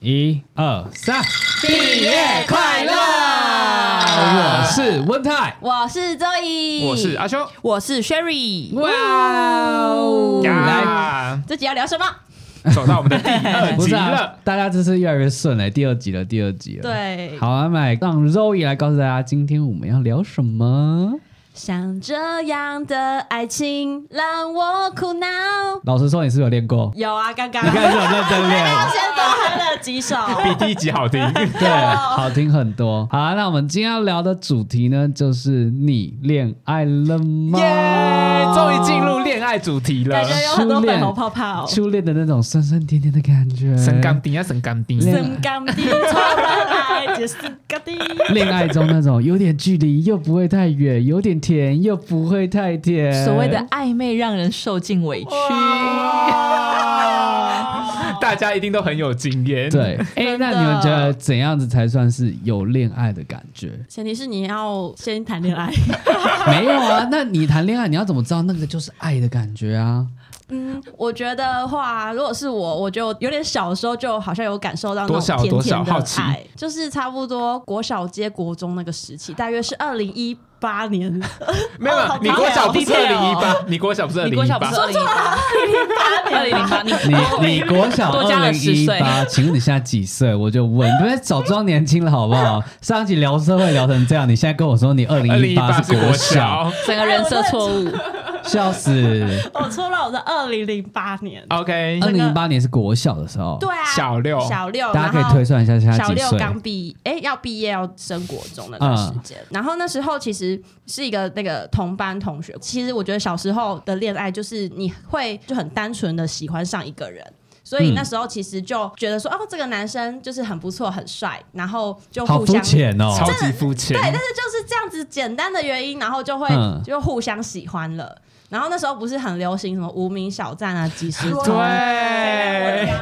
一二三，毕业快乐！我是温泰。我是周一，我是阿修。我是 Sherry。哇哦！来，呀，这集要聊什么？走到我们的第 二不集是啊了。，大家这次越来越顺了，第二集了，第二集了。，对，好啊，麦，让 Zoe 来告诉大家今天我们要聊什么。像这样的爱情让我苦恼。老实说，你是不是有练过？有啊，刚刚你看是有认真练。刚先多哼了几首。比第一集好听， 对，好听很多。好啊，那我们今天要聊的主题呢，就是你恋爱了吗？耶！终于进入恋爱主题了感，觉有很多粉红泡泡，初恋的那种酸酸甜甜的感觉。神钢钉啊，神钢钉，恋身干地 传来，就是干地。恋爱中那种有点距离又不会太远，有点甜又不会太甜，所谓的暧昧让人受尽委屈。哇大家一定都很有经验。对。哎、真的？那你们觉得怎样子才算是有恋爱的感觉前提是你要先谈恋爱。没有啊，那你谈恋爱你要怎么知道那个就是爱的感觉啊？嗯，我觉得话，如果是我，我就有点小时候就好像有感受到那多种小甜多甜小的好奇爱，就是差不多国小接国中那个时期，大约是二零一八年， 没有，没哦好有你国小不是好二厉害零一哦八，你国小不是二你零国一小不八是，二零零八，二零零八，你你你国小多加二了零10一岁八，请问你现在几岁？我就问，你别少装年轻了好不好？ 上一集聊社会聊成这样，你现在跟我说你二二零零一一八八是国国，小。整个人设错误。笑死！我哦错了，我是二零零八年。 OK，二零一八年是国小的时候，对啊，哦小六小六，大家可以然后推算一下现在小几六岁？嗯刚毕业，哎、要毕业要升国中的那段时间。然后那时候其实是一个那个同班同学。其实我觉得小时候的恋爱就是你会就很单纯的喜欢上一个人。所以嗯那时候其实就觉得说，哦，这个男生就是很不错，很帅，然后就好互肤相浅哦，超级肤浅对，，但是就是这样子简单的原因，然后就会、嗯就互相喜欢了。然后那时候不是很流行什么无名小站啊、即时对。通啊，哎，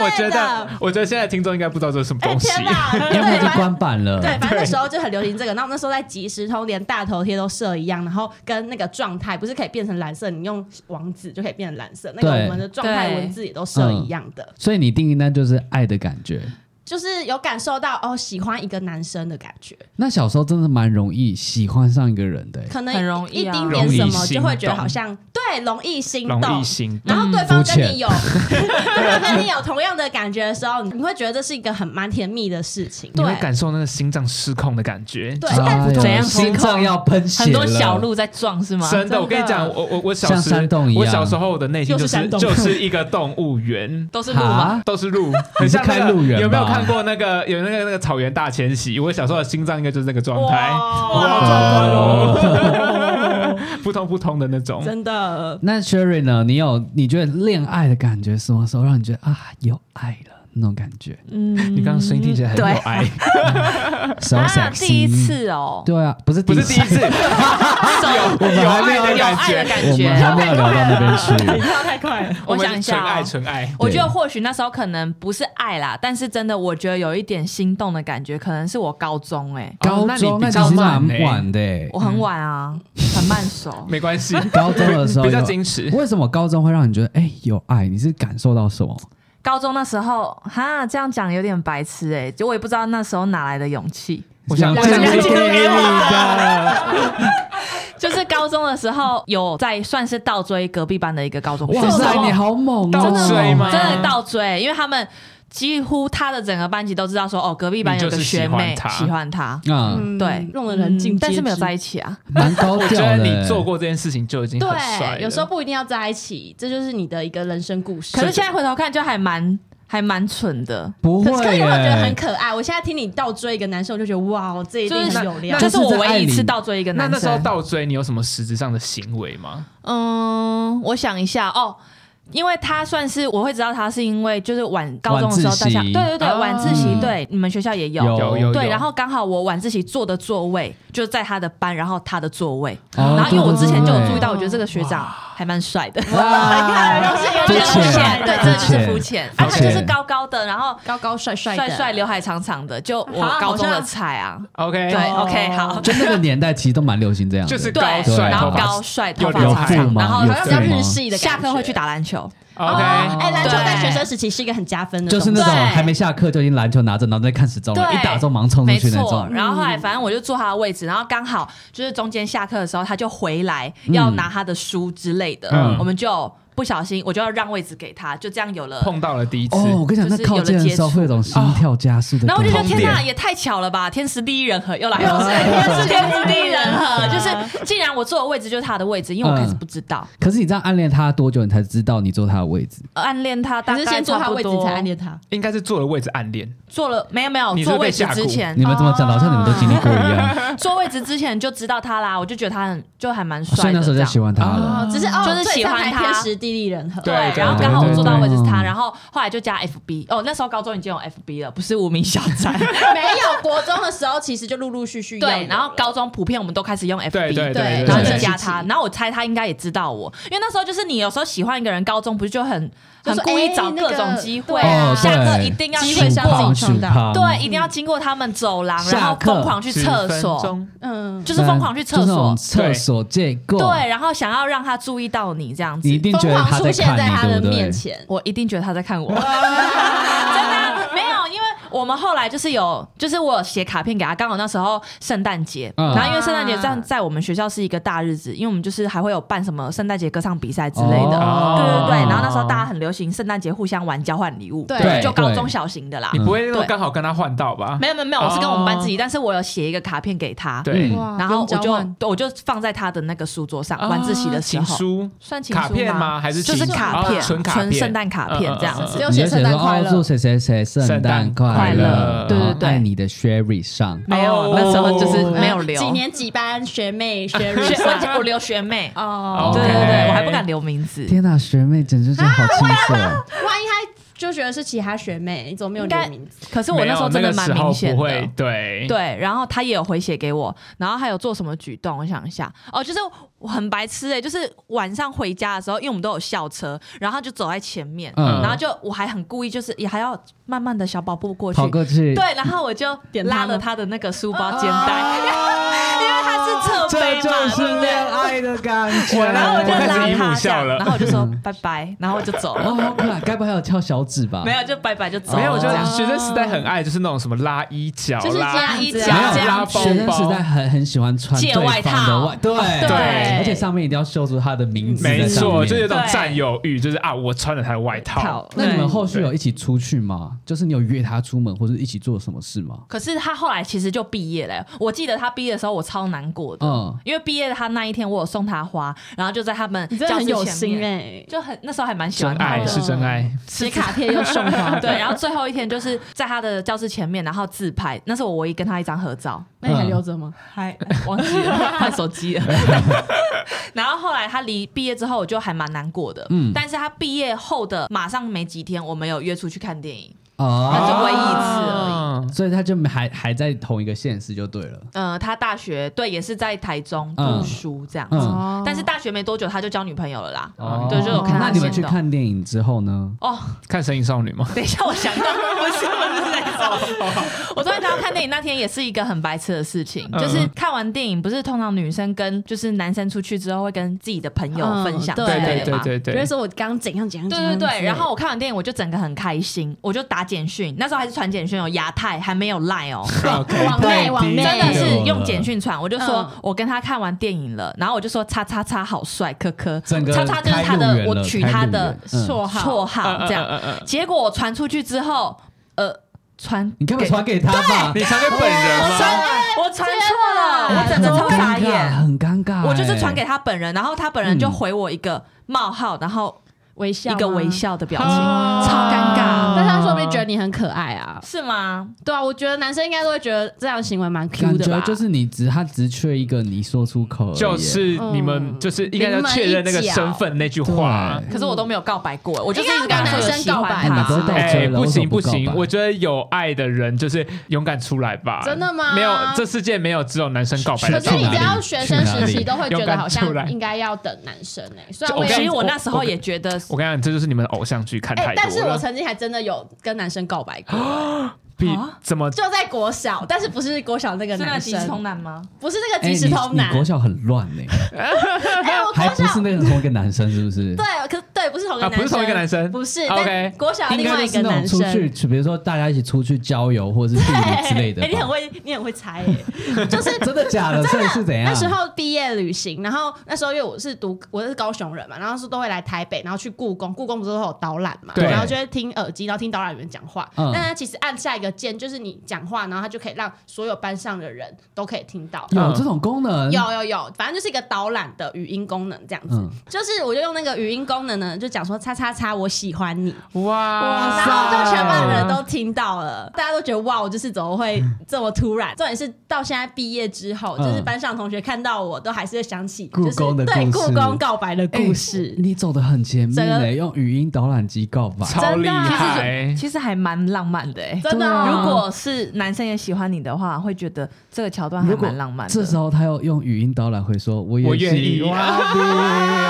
我觉得，我觉得现在听众应该不知道这是什么哎东西。天哪，因为对已经吧？关版嗯了。对，反正那时候就很流行这个。然后我们那时候在即时通连大头贴都设一样，然后跟那个状态不是可以变成蓝色，你用网址就可以变成蓝色。那个对我们的状态对文字也都设一样的，所以你定义那就是爱的感觉。就是有感受到哦，喜欢一个男生的感觉，那小时候真的蛮容易喜欢上一个人的、欸可能很容易一啊丁点什么就会觉得容易心动好像对容易心容动易。心然后对嗯肤方跟浅 你有，对方跟你有同样的感觉的时候，你会觉得这是一个很蛮甜蜜的事情。你对会，感受那个心脏失控的感觉。对哎呦怎样心脏要喷血了很多小。鹿在撞是吗？真的，的我跟你讲，我我我小像时山洞一样我小时候的内心就又是是山洞就是一个动物园。 都是鹿吗？哈，都是鹿，很像那个开鹿园吧有没有看过那个有那个那个草原大迁徙？我小时候的心脏应该就是那个状哇态，好壮观哦， 扑通扑通的那种。真的那 Sherry 呢？你有你觉得恋爱的感觉什么时候让你觉得啊有爱了那种感觉？嗯，你刚刚声音听起来很有对 爱， So 啊， sexy 第一。次哦，对啊，不是不是第一次，我们还没有我们还没有聊到那边有爱的感手有爱的感觉。去。跳太快了。我想一下纯爱哦，纯爱，我觉得或许那时候可能不是爱啦，但是真的我觉得有一点心动的感觉，可能是我高中哎，高中哦那那你比其较实慢蛮欸。晚的欸、我很晚啊，很慢熟没关系，高中的时候 比较有矜持。为什么高中会让你觉得哎、有爱？你是感受到什么？高中那时候，哈，这样讲有点白痴哎、就我也不知道那时候哪来的勇气。我想这我想是了解给你的。就是高中的时候，有在算是倒追隔壁班的一个高中生，哦哇塞，你好猛哦！倒追吗真的倒追，因为他们几乎他的整个班级都知道说，哦，隔壁班你有个就是喜学欢妹他喜欢他，嗯，对，用的人尽皆知，但是没有在一起啊。蛮高我觉调得的。你做过这件事情就已经很帅了。对，有时候不一定要在一起，这就是你的一个人生故事。可是现在回头看，就还蛮还蛮蠢的，不会可是可是耶？我觉得很可爱。我现在听你倒追一个男生，我就觉得哇，这一定就是很有料那。这是是我在爱唯一一里次倒追一个那男那时候生。倒追你有什么实质上的行为吗？嗯，我想一下哦。因为他算是我会知道他是因为就是晚高中的时候大家晚自习对对对哦晚自习嗯对你们学校也有有有对，然后刚好我晚自习坐的座位就在他的班，然后他的座位，哦然后因为我之前就有注意到，对对对我觉得这个学长还蛮帅的， 哇，这对，个肤肤浅浅，对，真的就是肤浅，肤啊，他浅就是高高的，然后高高帅帅帅的，帅，刘海长长的，就我好高中好的像菜啊， OK，对哦，OK，好，就那个年代其实都蛮流行这样的，就是高对，帅，然后头发高帅，有头发刘长海长，吗然后有好像比较对吗日系的感觉。下课会去打篮球， OK，哦哎，篮球在学生学时期是一个很加分的东就是西，那种对还没下课就已经篮球拿着，然后在看时钟了，对一打钟马上冲出没去那错，种。然后后来反正我就坐他的位置，然后刚好就是中间下课的时候，他就回来要拿他的书之类的，嗯我们就不小心，我就要让位置给他，就这样有了。碰到了第一次，哦，我跟你讲，就那是靠近的时候有了接触哦会有种心跳加速的感然后我就觉得觉。天哪，点也太巧了吧！天时地利人和，又来了， 天时天时地利人和，就是竟然我坐的位置就是他的位置，因为我开始不知道，嗯可是你这样暗恋他多久，你才知道你坐他的位置？暗恋他大还概是先坐差他不位置多才暗恋他。应该是坐了位置暗恋，坐了没有没有你是坐不是位被置吓之唬前你们这么讲的，好像你们都经历过一 样。坐位置之前就知道他啦，我就觉得他很就还蛮所帅以的那时这候就样。喜欢他了。哦，只是哦，嗯就是所以喜欢这样才他天时地利人和。对对然后刚好我坐到位置是他，对然后后来就加 FB。哦，那时候高中已经有 FB 了，不是无名小站。没有国中的时候，其实就陆陆续续有对，了然后高中普遍我们都开始用 FB。对对对，对然后就对加他，然后我猜他应该也知道我，因为那时候就是你有时候喜欢一个人，高中不是就很就很说故意哎找那各个种机会，对啊哦，下课对一定要机去会上自上己胖创是造胖，对，一定要经过他们走廊，然下后课疯狂去十厕分所，钟嗯，就是疯狂去厕就那所种，厕所借过。对，，然后想要让他注意到你这样子你一。定觉疯得狂他出现在他看的你，对不对面？前。我一定觉得他在看 我，真的没有，因为我们后来就是有，就是我有写卡片给他，刚好那时候圣诞节，嗯然后因为圣诞节啊这样在我们学校是一个大日子，因为我们就是还会有办什么圣诞节歌唱比赛之类的，哦对对对，然后那时候大家很流行圣诞节互相玩交换礼物，对对就高对中小型的啦你。不会那种对刚好跟他换到吧？没有没有没有，我是跟我们班自己，哦但是我有写一个卡片给他，对嗯，哇然后我不用就交换对我就放在他的那个书桌上，晚自习的时啊哦情候。书算情书卡片吗？还是就是情书卡哦片，纯卡片，纯圣诞卡片嗯嗯这样嗯嗯子只。有你写就写圣诞说快哦，乐祝，谁谁谁圣诞快快乐乐，对对然后对爱你的 Sherry 上，没有，哦那时候就是没有嗯留。几年几班学妹学 学妹我我留学妹，哦，对 OK 对对，我还不敢留名字。天哪，学妹简直真好青 涩。万一他就觉得是其他学妹，你怎么没有应留该名字？可是我那时候真的蛮没有那个明时候显不的会。对对，然后他也有回写给我，然后还有做什么举动？我想一下，哦，就是我很白痴哎、就是晚上回家的时候，因为我们都有校车，然后他就走在前面，嗯然后就我还很故意，就是也还要慢慢的小跑步过去跑，过去，对，然后我就点他拉吗了他的那个书包肩带，啊因为他是侧这背就嘛，是对不对？恋爱的感觉。然后我就我开始拉姨母他这笑样，了然后我就说拜拜，然后我就走了，哦，好可爱，该不会还有翘小指吧？没有就拜拜就走哦了。没有，就这是样学生时代很爱，就是那种什么拉衣角啦，就是这样一没脚有没有这样拉子包学生时代很很喜欢穿借对外方的套外，对对而且上面一定要绣出他的名字在没上错，面。就是有种对占有欲，就是啊，我穿了他的外套，那你们后续对有一起出去吗？就是你有约他出门，或者一起做什么事吗？可是他后来其实就毕业了，我记得他毕业的时候我超难过的，嗯因为毕业他那一天我有送他花，然后就在他们你教真的室很有前心面哎，就很那时候还蛮喜真欢他爱的。哎 是真爱，写卡片又送花，对，然后最后一天就是在他的教室前面，然后自拍，那是我唯一跟他一张合照，那你还留着吗？还忘记了 换手机了。 然后后来他离毕业之后，我就还蛮难过的。嗯但是他毕业后的马上没几天，我们有约出去看电影。那哦，就唯一一次而已。所以他就还还在同一个县市就对了。呃，他大学对也是在台中嗯读书这样子，嗯，哦但是大学没多久他就交女朋友了嗯啦。哦，对就有看他那你们去先动看电影之后呢？哦，看《神隐少女》吗？等一下，我想到不是不是在说，我突然想到看电影那天也是一个很白痴的事情，嗯就是看完电影，不是通常女生跟就是男生出去之后会跟自己的朋友分享嗯之对类对的对嘛。对就对是，说我刚怎样怎样，对怎样对之类对，的然后我看完电影，我就整个很开心，我就打简讯，那时候还是传简讯哦，亚太还没有 Line 哦， 往内往内真的对是我用了简讯传，我就说嗯我跟他看完电影了，然后我就说叉叉叉好帅，科科，整个叉叉就是他开路的人，我了取开他路的人嗯绰号绰号嗯这样，样。结果我传出去之后，呃，传你该不会传给他吧？ 你传给本人我传吗？我传错了，我整个超很尴傻尬，眼，很尴尬欸。我就是传给他本人，然后他本人就嗯回我一个冒号，然后微笑一个吗微，笑的表情，啊超尴尬，但是他说不定觉得你很可爱啊。是吗？对啊，我觉得男生应该都会觉得这样的行为蛮 Q 感的吧觉，就是你只他只缺一个你说出口而已，就是你们嗯就是应该要确认那个身份那句话。对可是我都没有告白过，我就是一直应该跟要他跟说有男生喜欢告白你他们都吧带哎、追了，不行不为什么行，告白我觉得有爱的人就是勇敢出来吧。真的吗没有，这世界没有只有男生告白可的去是道你理。只要学生时去期哪里都会觉得好勇敢出来像应该要等男生哎、虽然就我我也跟其你实讲我那时候也觉得，我跟你讲，这就是你们的偶像剧看哎、太多了。但是我曾经还真的有跟男生告白过，比啊怎么就在国小，但是不是国小那个是那男即时通生，男吗？不是那个哎即时通你男你，国小很乱呢， 哎、我还国不小是那个同一个男生是不是？对，可是对，不是同一个啊男生，不是同一个男生不是。 OK 但国小的应啊另外该一就个是那男种出生。去，比如说大家一起出去郊游或者是避 哎雨之类的吧。你很会，你很会猜、欸， 就是 真的假的？所以是怎样？那时候毕业旅行，然后那时候因为我是读我是高雄人嘛，然后是都会来台北，然后去故宫，故宫不是都有导览嘛，对然后就会听耳机，然后听导览员讲话。嗯那、其实按下一个键就是你讲话，然后它就可以让所有班上的人都可以听到。嗯有这种功能？有有有，反正就是一个导览的语音功能这样子，嗯就是我就用那个语音功能呢，就讲说叉叉叉，我喜欢你，哇然后就全班人都听到了，大家都觉得哇，我就是怎么会这么突然？重点是到现在毕业之后，嗯就是班上同学看到我都还是会想起，故就是宫的对故故事宫告白的故哎事。你走的很前面整个嘞，用语音导览机告白。超厉害，其实还蛮浪漫的哎、真的啊、对啊如果是男生也喜欢你的话，会觉得这个桥段还如果蛮浪漫的。这时候他又用语音导览会说：“我我也愿意喜 欢你。”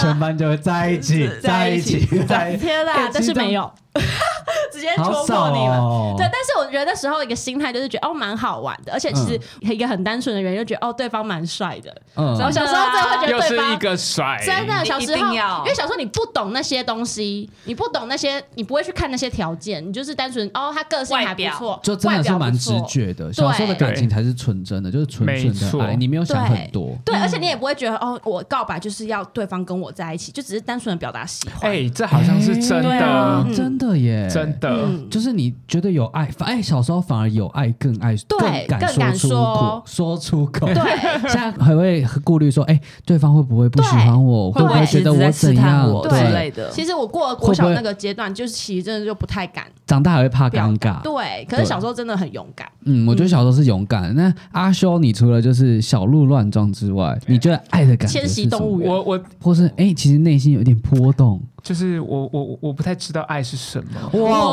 全班就会在一起，在一起，在一起。天啊啦，哎啊但是其实没有， 直接戳好破少你们。哦。对，但是我觉得那时候一个心态就是觉得哦蛮好玩的，而且其实一个很单纯的原因就觉得哦对方蛮帅的。嗯我小时候真的会觉又得是对方一个甩，真的，你小哎一时候，定要因为小时候你不懂那些东西，你不懂那些，你不会去看那些条件，你就是单纯哦，他个性还不错，就真的是蛮直外表不错。觉的。小时候的感情才是纯真的，就是纯没纯的爱，错你没有想很多。对，而且你也不会觉得哦，我告白就是要对方跟我在一起，就只是单纯的表达喜欢。哎，这好像是真哎对的啊，嗯真的耶，真的，嗯，就是你觉得有爱，反哎，小时候反而有爱更爱，对敢更敢说出口说，说出口。对， 现在还会顾虑说，哎，对方会不会不喜欢我？会会不不会会觉得其实我在怎试探样？我之对类的？其实我过了国小那个阶段，就是其实真的就不太敢长大还会怕表尴达尬。对，可是对小时候真的很勇敢。嗯，我觉得小时候是勇敢。那阿修，你除了就是小鹿乱撞之外，你觉得爱的感觉是迁徙什动么？物园我我或是哎，其实内心有点波动。就是我我我我不太知道爱是什么，哇，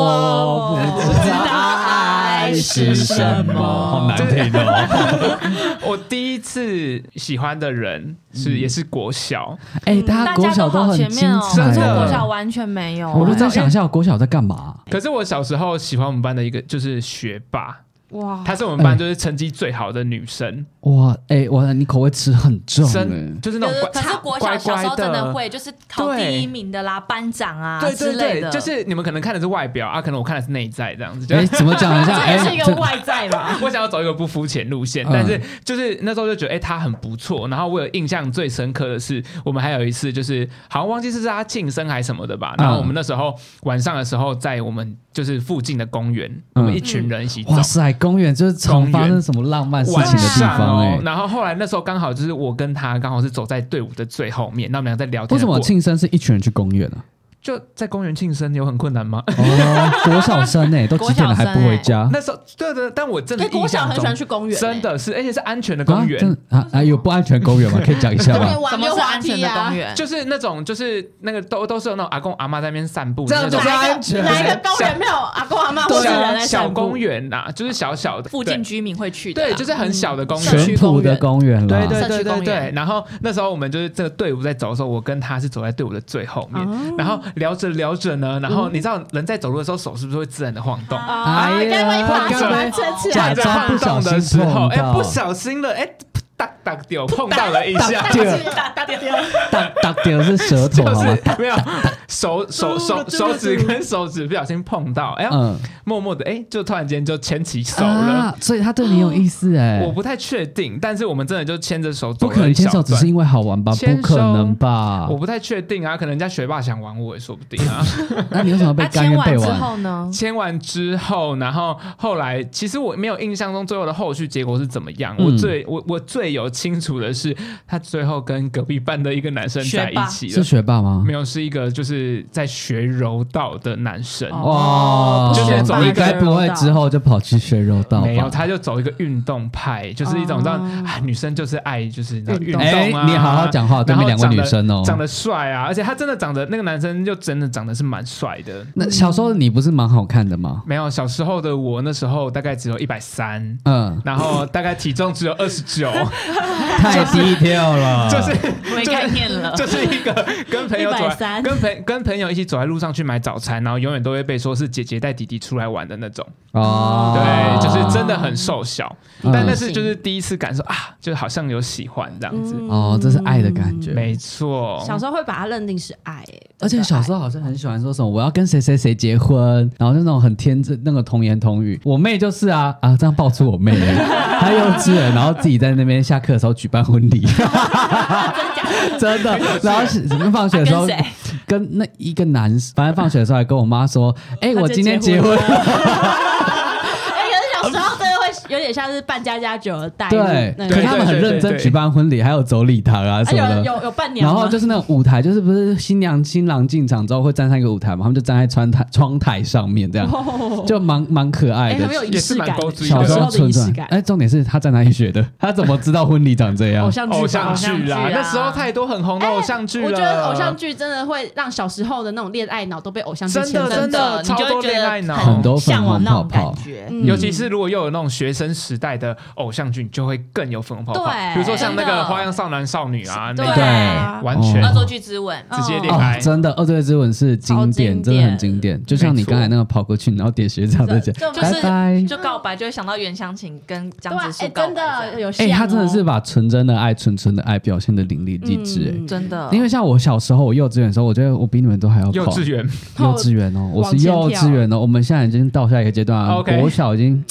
我不知道爱是什么，好难听哦。我第一次喜欢的人是、也是国小，哎，大嗯家国小很精哦哦彩，真的国小完全没哦有、我都在哎想象国小在干嘛。可是我小时候喜欢我们班的一个就是学霸，哇，她是我们班就是成绩最好的女生，哇，哎，哇，你口味吃很重哎真。就是那种可是国小小时候真的。会，就是考对第一名的啦、班长啊乖乖之对类对的，对，就是你们可能看的是外表啊，可能我看的是内在这样子。就 哎，怎么讲一下？哎，这外在吧。啊我想要走一个不肤浅路线，嗯但是就是那时候就觉得，哎、他很不错。然后我有印象最深刻的是，我们还有一次就是好像忘记是他庆生还是什么的吧。然后嗯我们那时候晚上的时候，在我们就是附近的公园，我们一群人一起走嗯哇。塞，公园就是常发生什么浪漫事情晚的地上方哎哦，。然后后来那时候刚好就是我跟他刚好是走在队伍的最后面，那我们俩在聊天。为什么庆生是一群人去公园啊？就在公园庆生有很困难吗？哦，国小生哎，都几点了还不回家？ 那时候对对，但我真的对，国小很喜欢去公公园、欸，真的是，而且是安全的啊公园。真的啊啊，有不安全公园吗？可以讲一下公吗园？玩什么溜是滑安全梯的啊公。园？就是那种，就是那个都都是有那种阿公阿妈在那边散步的这样那种就哪是一个安全啊哪一个公园没有阿公阿妈或是小人来小散步公？园呐、就是小小的附近居民会去的啦，嗯对，对，就是很小的公园。社全区普的公园啦。对对社对区对公对园，然后那时候我们就是这个队伍在走的时候，我跟他是走在队伍的最后面，嗯然后聊着聊着呢，然后你知道人在走路的时候手是不是会自然的晃动？啊，哎呀该不会一把手把该不它会撑起假来装吧啊不？晃小动的时心候，碰哎、到不小心了，哎、哒哒丢碰到了一下，这个打打点打打的是舌头 就好吗？是没有手手哦手手指跟手指不小心碰到，哎、呀，嗯，默默的哎、就突然间就牵起手了。啊，所以他对你有意思哎、我不太确定，但是我们真的就牵着手走不了可能一小牵手只段是因为好玩吧？牵不手可能吧我？不太确定啊，可能人家学霸想玩我也说不定 啊。那你为什么被那甘签愿被完之玩？后呢？签完之后，然后后来其实我没有印象中最后的后续结果是怎么样。嗯我最我我最有清楚的是，他最后跟隔壁班的一个男生在一起是了，学霸吗没？有是一个就是在学柔道的男生。哦哇，不是学霸你该不会之后就跑去学柔道吧？没有，他就走一个运动派，就是一种让、啊、女生就是爱就是你知道运运动动哦哎、啊。你好好讲话，对然面后两位长女得生哦。长得帅啊，而且他真的长得那个男生就真的长得是蛮帅的。那小时候你不是蛮好看的吗？没有，小时候的我那时候大概只有一百三， 嗯，然后大概体重只有二十九， 太 detail 了，就是没概念了。就是一个跟朋友走130在跟朋跟朋友一起走在路上去买早餐，然后永远都会被说是姐姐带弟弟出来玩的那种，哦，对，就是真的很瘦小，嗯但那是就是第一次感受啊，就好像有喜欢这样子，嗯哦，这是爱的感觉。没错，小时候会把它认定是爱、欸，而且小时候候好像很喜欢说什么我要跟谁谁谁结婚，然后那种很天真那个童言童语。我妹就是啊啊，这样爆出我妹，她幼稚了，然后自己在那边下课的时候举办婚礼，真的。然后是放学的时候跟谁跟那一个男，反正放学的时候还跟我妈说，哎，我今天结婚，哎、可是小时候真的会有点像是扮家家酒的代入对，那可是个，他们很认真举办婚礼，还有走礼堂啊哎什么的。有有有伴娘然吗，后就是那种舞台，就是不是新娘新郎进场之后会站上一个舞台嘛，他们就站在窗台窗台上面这样，就蛮蛮可爱哦哎、的很。有仪也是式蛮感高的，追的小小时时候候的存仪在式，感，哎，重点是他在哪里学的？他怎么知道婚礼长这样偶？像剧吧，偶像剧偶像啦，剧啊那时候太多很红的偶像剧了，我觉得偶像剧真的会让小时候的那种恋爱脑都被偶像剧真的牵着真的你就超多会觉恋爱脑得很多粉向红往那泡种泡感觉。嗯尤其是如果又有那种学生时代的偶像剧，你就会更有粉红泡泡。对比如说像那真个《的花样少男少女》啊，那对个啊完全哦恶作剧之吻，嗯直接恋哦爱，，真的《恶作剧之吻》是经超经典，典真的很经典。就像你刚才那个跑过去，然后点学长在讲，就拜拜是。就告白就会想到袁湘琴跟对江啊直哎、树告白真这样，的有像、哎，哦他真的是把纯真的爱、纯纯的爱表现的淋漓尽致。嗯哎，真的，因为像我小时候，我幼稚园的时候，我觉得我比你们都还要幼狂稚园幼稚园哦，我是幼稚园哦，我们现在已经到下一个阶段了，啊 OK 国小已经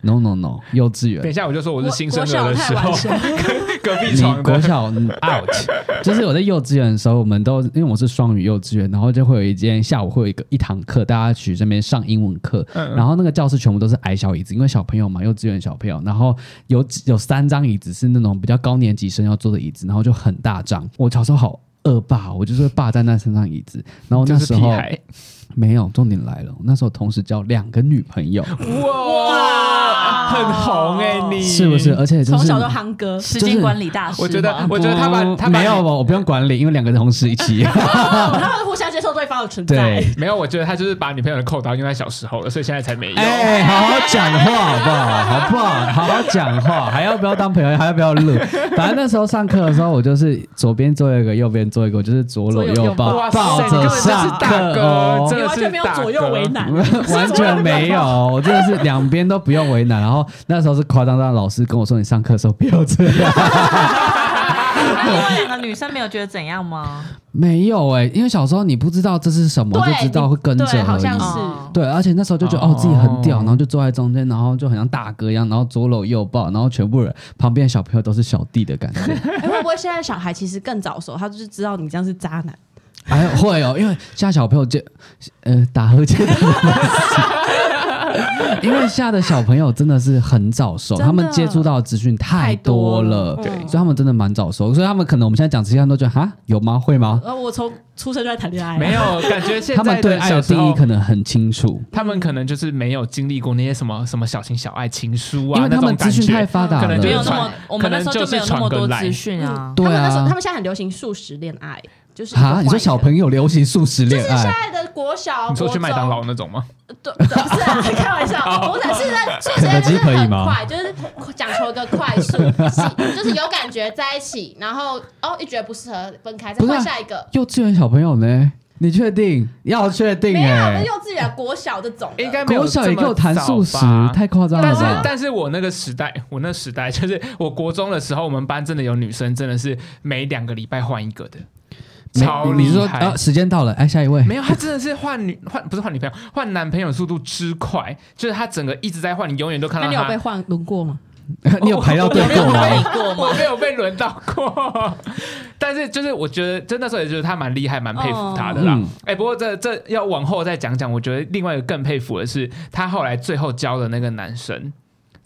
no no no，幼稚等一园。下我就说我是新生国儿小的太时候晚，生 隔壁你床国的。小嗯 out，就是我在幼稚园的时候，我们都因为我是双语幼稚园，然后就会有一间下午会有一个一堂课，大家去这边上英文课，嗯然后那个教室全部都是矮小椅子，因为小朋友嘛，幼稚园小朋友，然后有几有三张椅子是那种比较高年级生要坐的椅子，然后就很大张。我小时候好恶霸，哦我就是会霸占那三张椅子，然后就那是时屁候。孩，没有，重点来了，我那时候同时交两个女朋友，哇，很红哎、你是不是？？而且就从是小就夯 歌，时间管理大师吗，我觉得，我 我觉得他把他把没有吧，我不用管理，因为两个同时一 起。哦他们互相接受对方的存在。对，没有，我觉得他就是把女朋友的扣打用在小时候了，所以现在才没有。哎、好好讲话好不好？好不好？好好讲话，还要不要当朋友？还要不要 录？反正那时候上课的时候，我就是左边坐一个，右边坐一个，我就是左搂右抱，哇塞抱着上你根本就是大课哥哦。真你的完全没有左右为 难，完全没有， 我真的是两边都不用为难。然后那时候是夸张到老师跟我说：“你上课的时候不要这样。” 那另外两个女生没有觉得怎样吗？没有哎、因为小时候你不知道这是什么，对就知道会跟着对，而好已。像是。哦对，而且那时候就觉得哦哦自己很屌，然后就坐在中间，然后就很像大哥一样，然后左搂右抱，然后全部人旁边的小朋友都是小弟的感觉。 哎、会不会现在小孩其实更早熟，他就是知道你这样是渣男？哎，会哦，因为现在小朋友就呃打呵欠， 因为现在的小朋友真的是很早熟，真的他们接触到的资讯太多了，太多了对所以他们真的蛮早熟，所以他们可能我们现在讲这些，他们都觉得哈有吗？会吗？呃，我从出生就在谈恋爱，啊没有感觉现他在们对的爱的小时定义候可能很清楚。他们可能就是没有经历过那些什么什么小情小爱、情书啊，因为他们那种感资觉讯太发达可了，能就没是有那传么，我们那时候就没有那么多资讯啊。对嗯他们那时啊候他们现在很流行素食恋爱，就是一个啊！你说小换一个朋友流行素食就是恋现爱，在的国小，你说去麦当劳国那种吗？中，对，不是啊，开玩 笑，我只是在素食肯德恋爱就基是可以很吗快，就是讲求一个快速，喜就是有感觉在一起，然后哦一觉得不适合分开，再不是啊换下一个。幼稚园小朋友呢？你确定？要确定没有，那哎、幼稚园、啊国小这种的，应该没有国小也给我这谈么素食早吧，太夸张了但是吧？但是我那个时代，我那时代 就是我国中的时候，我们班真的有女生，真的是每两个礼拜换一个的，没超你是厉说害啊，。时间到了，哎，下一位。 没有，她真的是换女换不是换女朋友，换男朋友的速度之快，就是她整个一直在换，你永远都看那到你有她被。换轮过吗？ 你有排到队过吗？过我没有被轮到过，但是就是我觉得，真的时候也觉得她蛮厉害，蛮佩服她的啦。哎、嗯不过这这要往后再讲讲，我觉得另外一个更佩服的是，她后来最后交的那个男生，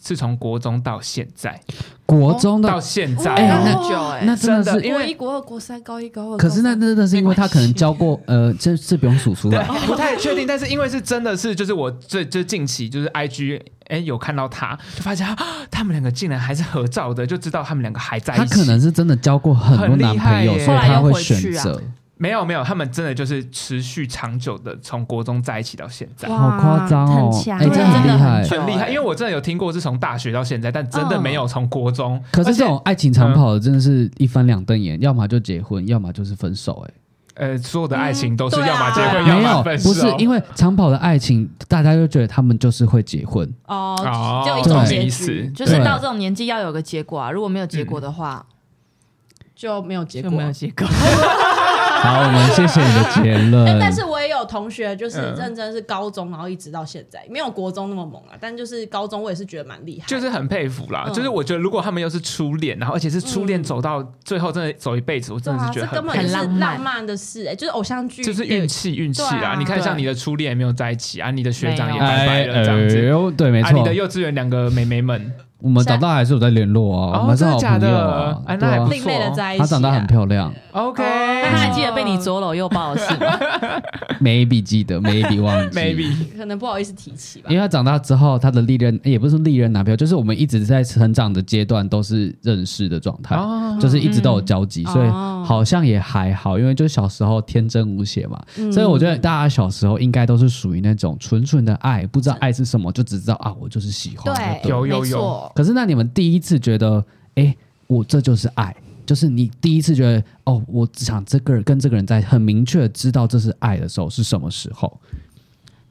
是从国中到现在，国中到的现在、啊哎那那么久哎，那真的真的是，因为国一、国二、国三、高一、高二，可是那高三真的是因为他可能教过，呃，这这不用数出来。 不太确定，但是因为是真的是，就是我最最近期就是 I G 哎、有看到他，就发现啊他们两个竟然还是合照的，就知道他们两个还在一起。他可能是真的交过很多男朋友，很厉害耶所以他会选择。没有没有，他们真的就是持续长久的从国中在一起到现在。哇好夸张哦很，强哎、这对很真的厉害很。很厉害，对因为我真的有听过是从大学到现在，但真的没有从国中。可是这而种爱情长跑的真的是一翻两瞪眼，要么就结婚，要么就是分手、且呃，所有的爱情都是嗯要么结对啊婚，哎，要没有么，分手。不是因为长跑的爱情，大家就觉得他们就是会结 婚，哦哦，就一懂种你结意思局，就是对到这种年纪要有个结果啊。如果没有结果的话，就没有结就果。没有结果。好，我们谢谢你的结 但论。但是我也有同学，就是嗯认真是高中，然后一直到现在，没有国中那么猛啊，但就是高中我也是觉得蛮厉害。就是很佩服啦，嗯就是我觉得如果他们又是初恋，然后而且是初恋走到最后，真的走一辈子，我对真的啊，是觉这得很根佩本就服是很浪漫浪漫的事，哎，就是偶像剧，就是运气运气对啦啊。你看，像你的初恋也没有在一起啊，你的学长也拜拜了这样哎子。呦对，没啊，错你，的幼稚园两个妹妹们，我们长大还是有在联络啊，哦我们还是好真的假朋的友啊。哎对那还啊不错另类的在一起、她啊。长得很漂亮 OK，那 他还记得被你左搂右抱的事 吗？ ，maybe 记得，maybe 忘记 maybe 可能不好意思提起吧因为。他长大之后，他的历任也不是历任男朋友，就是我们一直在成长的阶段都是认识的状态，哦就是一直都有交集，嗯所以哦好像也还好，因为就小时候天真无邪嘛，嗯所以我觉得大家小时候应该都是属于那种纯纯的爱，不知道爱是什么，就只知道啊，我就是喜欢。对，就对了有有没有错，可是那你们第一次觉得，哎，我这就是爱。就是你第一次觉得哦，我只想这个人跟这个人在很明确地知道这是爱的时候是什么时候？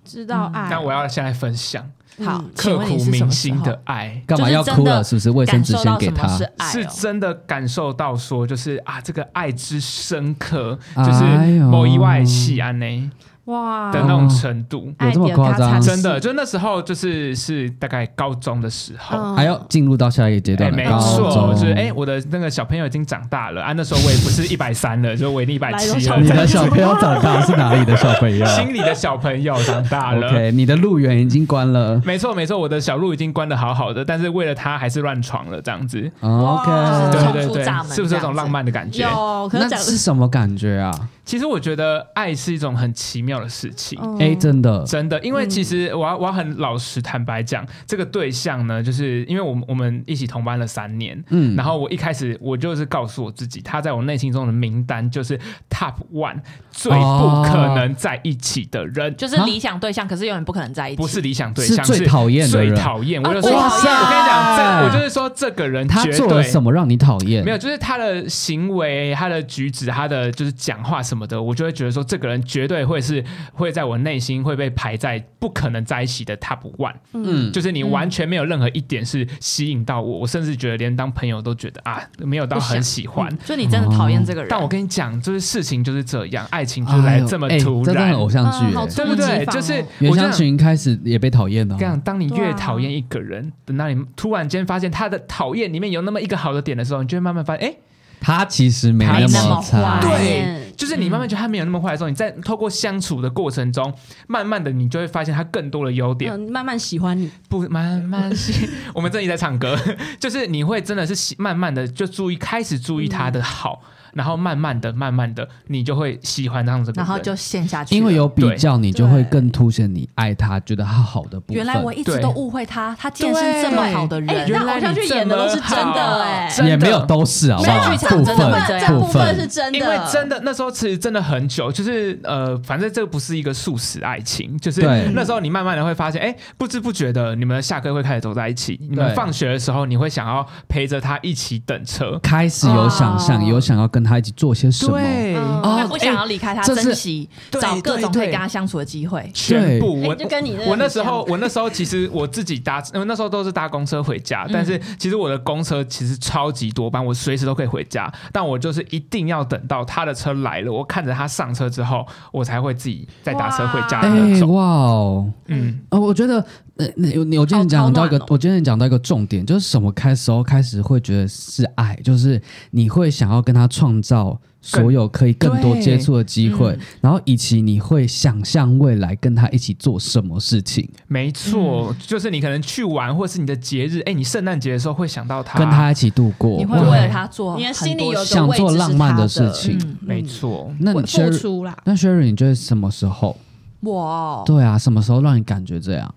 知道嗯爱。那我要现在分享好，刻哎嗯请问骨你是什铭么时心候的爱，干嘛就是要真哭了？的是不是？卫生感纸受先到给什么他是。爱是哦？真的感受到说，就是啊，这个爱之深刻，哎呦就是某一外戏安呢嗯哇，的那种程度，有这么夸张爱的咔嚓真的，就那时候就是是大概高中的时候。嗯还要进入到下一个阶哎，段了，哦没高错，中就是哎，我的那个小朋友已经长大了啊，那时候我也不是一百三了，就我已经一百来七小你了， 的小朋友长大是哪里的小朋 友心里的小朋友长大 了。 ？OK，你的路源已经关了。没错没错，我的小鹿已经关的好好的，但是为了他还是乱闯了这样子。 OK，就对是冲对出对闸，门是不是有这样种子浪漫的感觉？有，可那是讲是什么感觉啊？其实我觉得爱是一种很奇妙的事情。嗯哎，真的，真的，嗯因为其实我要我要很老实坦白讲，这个对象呢，就是因为我们我们一起同班了三年，嗯然后我一开始我就是告诉我自己，他在我内心中的名单就是 top one 最不可能在一起的人，就是理想对象，可是永远不可能在一啊起。不是理想对是象，最讨厌的最人讨厌。我就啊说，最我讨跟厌你讲，这我就是说这个人他绝做了对什么让你讨厌？没有，就是他的行为、他的举止、他的就是讲话什么的，我就会觉得说，这个人绝对会是会在我内心会被排在不可能在一起的 top one，、嗯，就是你完全没有任何一点是吸引到我，我甚至觉得连当朋友都觉得啊，没有到很喜欢。嗯就你真的讨厌这个人。但我跟你讲，就是事情就是这样，爱情就来这么哎突这真的然，很偶像剧嗯好哎。对不对？突击就是防袁我这湘样。群开始也被讨厌了哦我跟你，讲，当你对越啊讨厌一个人，等到你突然间发现他的讨厌里面有那么一个好的点的时候，你就会慢慢发现，哎，他其实没他那没那么差坏。对嗯，就是你慢慢觉得他没有那么坏的时候，你在透过相处的过程中，慢慢的你就会发现他更多的优点。嗯，慢慢喜欢你，不，慢慢细，我们这里在唱歌， 就是你会真的是喜慢慢的就注意，开始注意他的好，嗯然后慢慢的、慢慢的，你就会喜欢上这个人。然后就陷下去了。因为有比较，你就会更凸显你爱他，觉得他好的部分。原来我一直嗯对都误会他，他竟然是这么好的哎，人。原那来偶像剧演的都是真你这的么哎、真的也没有都是啊，好不好没有剧场部真的会这分样部分是分，真的，因为真的那时候其实真的很久，就是呃，反正这个不是一个素食爱情，就是对那时候你慢慢的会发现，哎、不知不觉的你们下课会开始走在一起，你们对放学的时候你会想要陪着他一起等车，开始有想象，哦有想要跟他一起做些什么。对。嗯哦他不想要离开他，哎这是珍惜对找各种可对对以跟他相处的机会。全部我哎就跟你那个我那很时像候我那时候其实我自己搭，因为那时候都是搭公车回家，嗯但是其实我的公车其实超级多班，我随时都可以回家，但我就是一定要等到他的车来了，我看着他上车之后，我才会自己再搭车回家的哎、那种。哇哦！嗯，呃，我觉得，呃，你你我今天讲到一个，哦好暖哦我今天讲到一个重点，就是什么开时候开始会觉得是爱，就是你会想要跟他创造所有可以更多对接触的机会，嗯然后以及你会想象未来跟他一起做什么事情，没错，嗯就是你可能去玩，或是你的节日，哎，你圣诞节的时候会想到他，跟他一起度过，你会哇为了他做很你多的事，心里有个想位置做是浪漫他的的事情嗯没错，那你我付 Sherry，出啦，那 Sherry，你觉得什么时候？我哦对啊，什么时候让你感觉这样？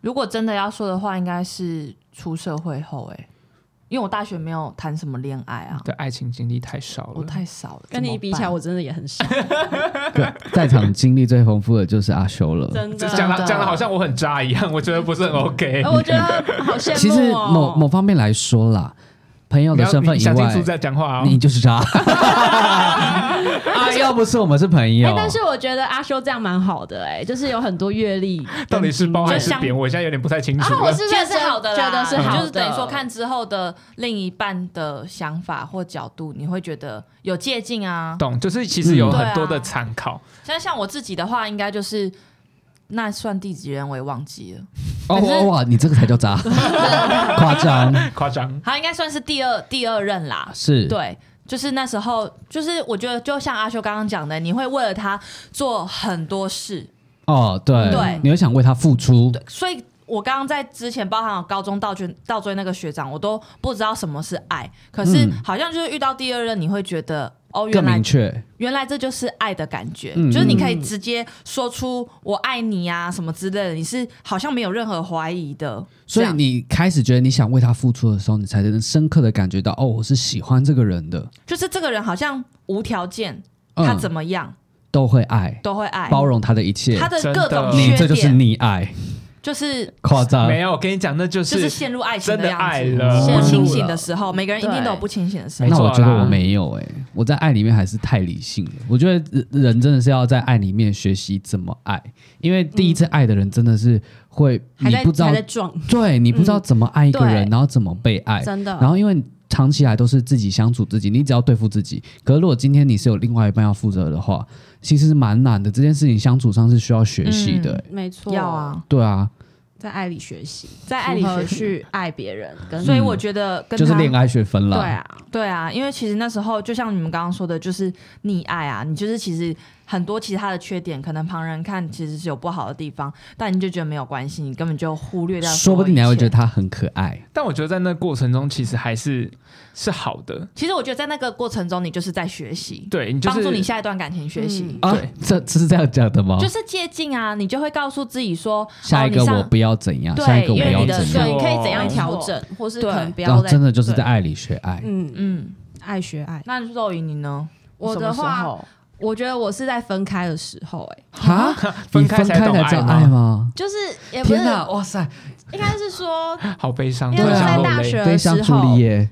如果真的要说的话，应该是出社会后哎、因为我大学没有谈什么恋爱啊，的爱情经历太少了，我哦太少了。跟你比起来，怎么办我真的也很少，对，在场经历最丰富的就是阿修了。真这的。讲真的的讲的好像我很渣一样，我觉得不是很 OK 哎。我觉得好羡慕哦。其实某某方面来说啦，朋友你的要身份你以想清楚外，再讲话哦。你就是 渣。啊，要不是我们是朋哎友，，但是我觉得阿修这样蛮好的，哎，就是有很多阅历。到底是包还就是像扁？我现在有点不太清楚啊，我了。是这认样真是好的啦，觉得是好的，嗯就是等于说看之后的另一半的想法或角度，你会觉得有借鉴啊。懂，就是其实有嗯很多对啊的参考。像像我自己的话，应该就是那算第几任我也忘记了，哦可是哇哇，你这个才叫 渣，夸张夸张，他应该算是第二第二任啦。是。对，就是那时候，就是我觉得就像阿修刚刚讲的，你会为了他做很多事，哦，对，对你会想为他付出，所以我刚刚在之前，包含我高中倒追倒追那个学长，我都不知道什么是爱。可是嗯好像就是遇到第二任，你会觉得哦，原更来明确。原来这就是爱的感觉，嗯就是你可以直接说出我爱你啊什么之类的，你是好像没有任何怀疑的。所以这样你开始觉得你想为他付出的时候，你才能深刻的感觉到，哦，我是喜欢这个人的，就是这个人好像无条件，嗯他怎么样都会爱，都会爱，包容他的一切他。的真的各种你缺这就是点，溺爱，就是夸张。没有，我跟你讲，那就就是是陷入爱情真的样爱子。了，陷入不了清醒的时候，每个人一定都有对不清醒的时候。没那错我觉得啦我没有哎、我在爱里面还是太理性了。我觉得人人真的是要在爱里面学习怎么爱，因为第一次爱的人真的是会，还你在不知道还，在撞，对你不知道怎么爱一个人，对然后怎么被爱，真的。然后因为长期以来都是自己相处自己，你只要对付自己。可是如果今天你是有另外一半要负责的话，其实是蛮难的。这件事情相处上是需要学习的、欸没错，要，啊，对啊，在爱里学习，在爱里如何学习去爱别人，跟嗯所以我觉得跟嗯就是他恋爱学分对了。啊，对啊，因为其实那时候就像你们刚刚说的，就是溺爱啊，你就是其实很多其他的缺点，可能旁人看其实是有不好的地方，但你就觉得没有关系，你根本就忽略掉。说不定你还会觉得。他很可爱，但我觉得在那过程中，其实还是是好的。其实我觉得在那个过程中，你就是在学习，对你就帮、是助你下一段感情学习。嗯啊对，这 这是这样讲的吗？就是接近啊，你就会告诉自己说，下一个哦你上我不要怎样，对下一个我因为要你的怎样所以没你错可以怎样调整，或是可能不然要后再真的就是在对爱里学爱。嗯，嗯，爱学爱。那肉莹你呢？我什的么时话候我觉得我是在分开的时候、哎，哈，分你开分才开懂才知道爱爱吗？就是也哎不是天，哪，哇塞，应该是说，好悲伤，因为对啊在然后大嘞学悲的时伤朱候丽，叶。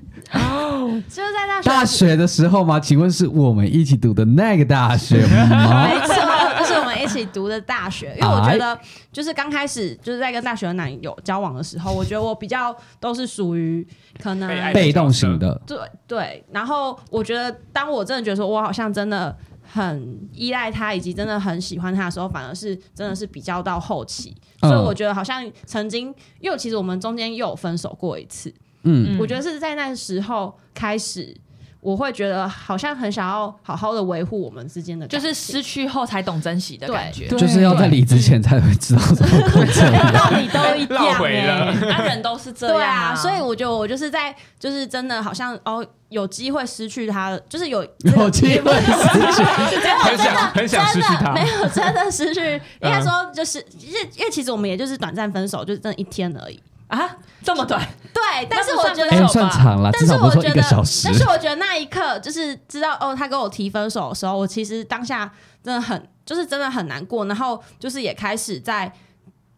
就是在大学大的时学的时候吗？请问是我们一起读的那个大学 吗？没错，就是我们一起读的大学。因为我觉得，就是刚开始就是在跟大学的男友交往的时候，我觉得我比较都是属于可能被爱被动型的，对对，然后我觉得，当我真的觉得说我好像真的很依赖他，以及真的很喜欢他的时候，反而是真的是比较到后期，所以嗯我觉得好像曾经，因为其实我们中间又有分手过一次，嗯，我觉得是在那时候开始，我会觉得好像很想要好好的维护我们之间的就感情，是失去后才懂珍惜的感觉。就是要在离职前才会知道怎么控 制。道理都一样、 绕回了欸。 啊，人都是这样、对啊，所以我觉得我就是在，就是真的好像哦，有机会失去他，就是 有有机会失去，很想很想失去他没有 真的失去，应该说就是，因为因为其实我们也就是短暂分手，就是真的一天而已。啊，这么短，对，但是不我算觉分得哎，手算长了，但至是少不我是觉说一得，个小时但。是我觉得那一刻就是知道哦，他跟我提分手的时候，我其实当下真的很，就是真的很难过，然后就是也开始在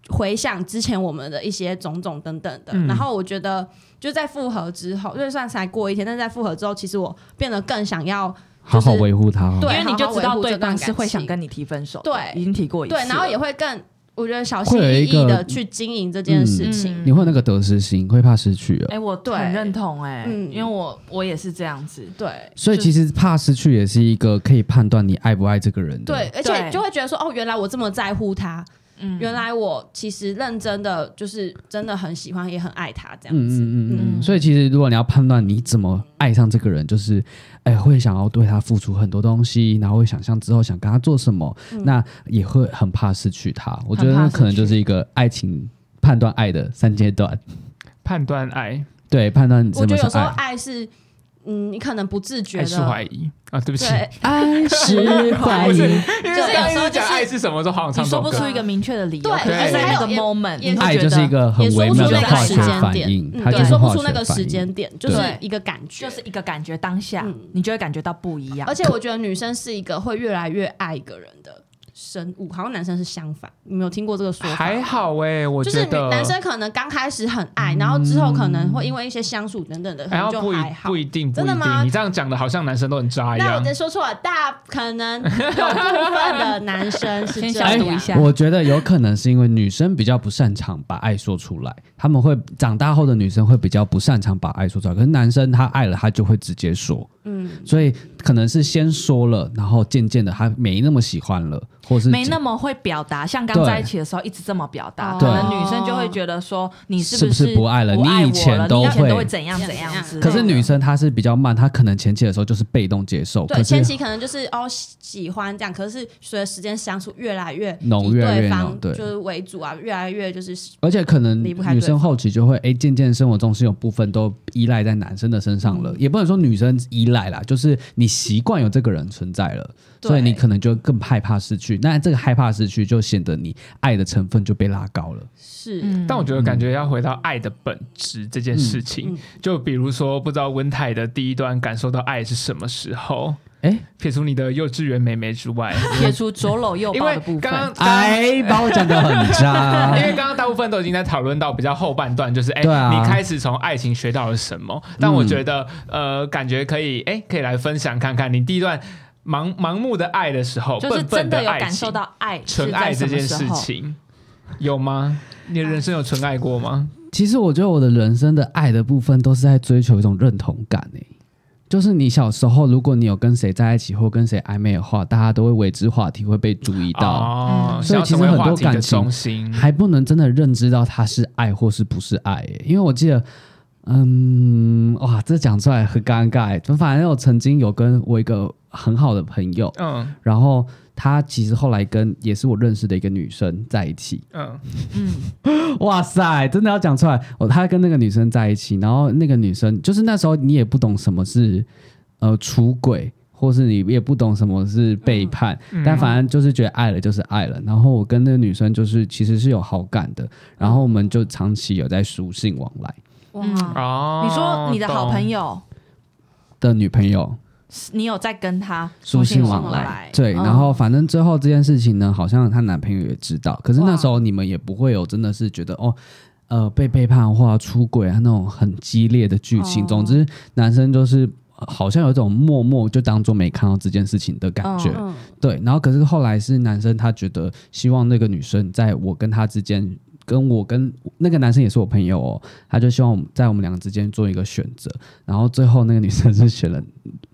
回想之前我们的一些种种等等的，嗯然后我觉得就在复合之后，就算才过一天，但是在复合之后，其实我变得更想要好好维护他哦，对因为你就知好道好维护对这段感方是情会想跟你提分手的，对已经提过一次对了，，然后也会更。我觉得小心会有翼一翼个嗯的去经营这件事情，你会有那个得失心，会怕失去哦了。哎、我对很认同哎、嗯因为我我也是这样子，对，所以其实怕失去也是一个可以判断你爱不爱这个人的。对，，而对且就会觉得说，哦，原来我这么在乎他，嗯，原来我其实认真的就是真的很喜欢，也很爱他这样嗯子。嗯嗯嗯。嗯所以其实如果你要判断你怎么爱上这个人，就是哎会想要对他付出很多东西，然后会想象之后想跟他做什么，嗯那也会很怕失去他。我觉得那可能就是一个爱情判断爱的三阶段。判断爱，对，判断你我怎么觉嗯是得有时候爱，爱是嗯，你可能不自觉还是怀的，疑啊？对不起，对，爱 是怀不是疑，因为就是刚刚有一直时候就讲是爱是什么，都好想唱这你说首不歌。出一个明确的理由，对可而且是在那个还有也 moment，也你会啊爱觉就是一得个很也说微不妙出的那个化时学间反点应，，嗯它就是对，说不化出那学个反时应间。点，就是对一个感觉，就是一个感觉，当下嗯你就会感觉到不一样而。且我觉得女生是一个会越来越爱一个人的生物，好像男生是相反。你没有听过这个说法？还，好哎、我就是觉女得男生可能刚开始很嗯爱，然后之后可能会因为一些相处等等的，可哎能呀就不一还好不。一定，不真一的吗定。你这样讲的好像男生都很渣一那我样再。说错了，大可能有部分的男生是先这消样。啊毒一下，我觉得有可能是因为女生比较不擅长把爱说出来，他们会长大后的女生会比较不擅长把爱说出来，可是男生他爱了他就会直接说，嗯，所以可能是先说了，然后渐渐的他没那么喜欢了，或是没那么会表达，像刚对在一起的时候一直这么表达，对可能女生就会觉得说你是不不是不不爱了我你了？以你前都都会会怎样怎样之类的。可是女生她是比较慢，她可能前期的时候就是被动接受，可对，是前期可能就是哦喜喜欢这样，可是随着时间相处越来越浓以越来越对方浓对就是为主啊，越来越就是而且可能离不开女生后期就会哎，渐渐生活重心有部分都依赖在男生的身上嗯了，也不能说女生依赖啦，就是你习惯有这个人存在了，对所以你可能就更害怕失去。那这个害怕失去，就显得你爱的成分就被拉高了。是嗯但我觉得感觉要回到爱的本质这件事嗯情，嗯就比如说不知道温泰的第一段感受到爱是什么时候，哎，撇除你的幼稚园妹妹之外， 撇除左搂右因抱为的部刚刚分，哎，把我讲的很 渣因。为刚刚大部分都已经在讨论到比较后半段，就是哎、啊对啊嗯你开始从爱情学到了什么？但我觉得、呃，感觉可以哎、可以来分享看看你第一段盲盲目的爱的时候，就是笨笨真的有爱情感受到爱是纯在爱什这么件时事候。情。有吗？你的人生有纯爱过吗？其实我觉得我的人生的爱的部分都是在追求一种认同感诶、就是你小时候，如果你有跟谁在一起或跟谁暧昧的话，大家都会为之话题，会被注意到。哦，嗯想要成为话题的所以中心，还不能真的认知到它是爱或是不是爱耶、因为我记得，嗯，哇，这讲出来很尴尬、欸。就反正我曾经有跟我一个很好的朋友，嗯然后她其实后来跟也是我认识的一个女生在一起。嗯，嗯， 哇塞，真的要讲出来，我她跟那个女生在一起，然后那个女生就是那时候你也不懂什么是呃出轨。或是你也不懂什么是背叛，但反正就是觉得爱了就是爱了。然后我跟那个女生就是其实是有好感的，然后我们就长期有在书信往来哇，嗯哦，你说你的好朋懂，友，的女朋友你有在跟他书信信往来，来。对，嗯然后反正最后这件事情呢，好像她男朋友也知道，可是那时候你们也不会有真的是觉得哦。呃，被背叛或出轨啊，那种很激烈的剧情。哦总之，男生就是呃好像有一种默默就当做没看到这件事情的感觉。嗯嗯，对，然后可是后来是男生他觉得希望那个女生在我跟他之间，跟我跟那个男生也是我朋友哦，他就希望我们在我们两个之间做一个选择，然后最后那个女生是选了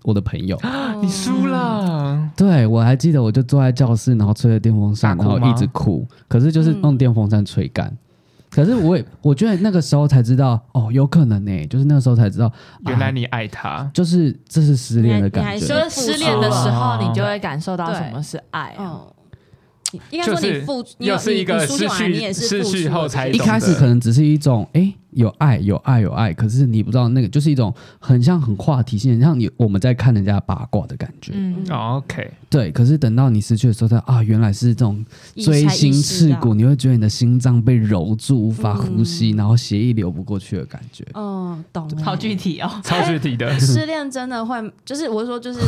我的朋友，你输了，对我还记得我就坐在教室，然后吹着电风扇，大然后哭吗一直哭，可是嗯就是用电风扇吹干。可是我也，我觉得那个时候才知道，哦，有可能呢、就是那个时候才知道，原来啊、你爱他，就是这是失恋的你还感你还觉说。就是失恋的时候，哦你就会感受到对什么是爱啊。哦，应该说就你是付，你有又是一个你你输失进来，你也去是失付出去的后才一懂开始得可能只是一种，哎、有爱，有爱，有爱，可是你不知道那个，就是一种很像很话题性，很像你我们在看人家八卦的感觉。嗯，哦 OK，对，可是等到你失去的时候，才啊，原来是这种意识锥才心意识刺到骨，你会觉得你的心脏被揉住，无法呼吸，然后血液流不过去的感觉。嗯，懂了。好具体哦。超具体的。失恋真的会，就是我是说， 就是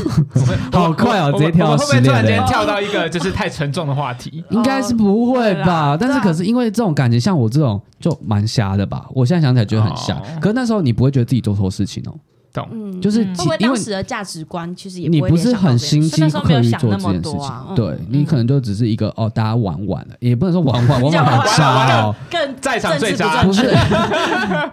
好快哦我们直接跳我到们会不失会突然恋间了跳到一个就是太沉重的话题？应该是不会对啦吧？但是可是因为这种感觉，像我这种就蛮瞎的吧。我现在想起来觉得很瞎，哦可是那时候你不会觉得自己做错事情哦，懂？嗯，就是嗯其会不会因当为时的价值观其实也你会不是联想到很这件心事心所以那时候没刻有意想做那这么件事多情啊。对你可能就只是一个哦，大家玩玩了，也不能说玩玩，玩玩讲很完渣了哦。更在场最政治渣不，是，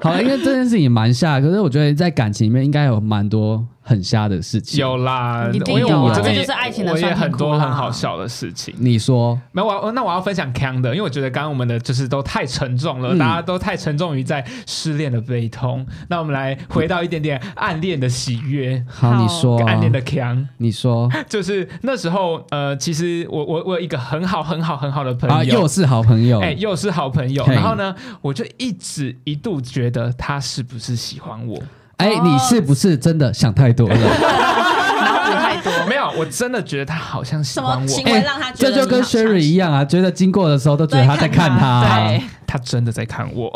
好了，因为这件事情蛮瞎，可是我觉得在感情里面应该有蛮多很瞎的事情。有啦，一定我因为有我啊这边这也就是爱情的我也酸甜很苦多辣很好笑的事情。你说没有，我呃要那我要分享 Kang 的，因为我觉得刚刚我们的就是都太沉重了，嗯大家都太沉重于在失恋的悲痛。那我们来回到一点点暗恋的喜悦，好，你好说啊暗恋的 Kang，你说就是那时候呃，其实我我我有一个很好很好很好的朋啊，友，又是好朋友，哎、又是好朋友，嘿然后呢，我就一直一度觉得他是不是喜欢我？哎、你是不是真的想太多了？脑补太多。没有，我真的觉得他好像喜什欢么我行，哎为让他觉这得就跟你好像 Sherry 一样啊，觉得经过的时候都觉得他在看他、对，嗯他真的在看我，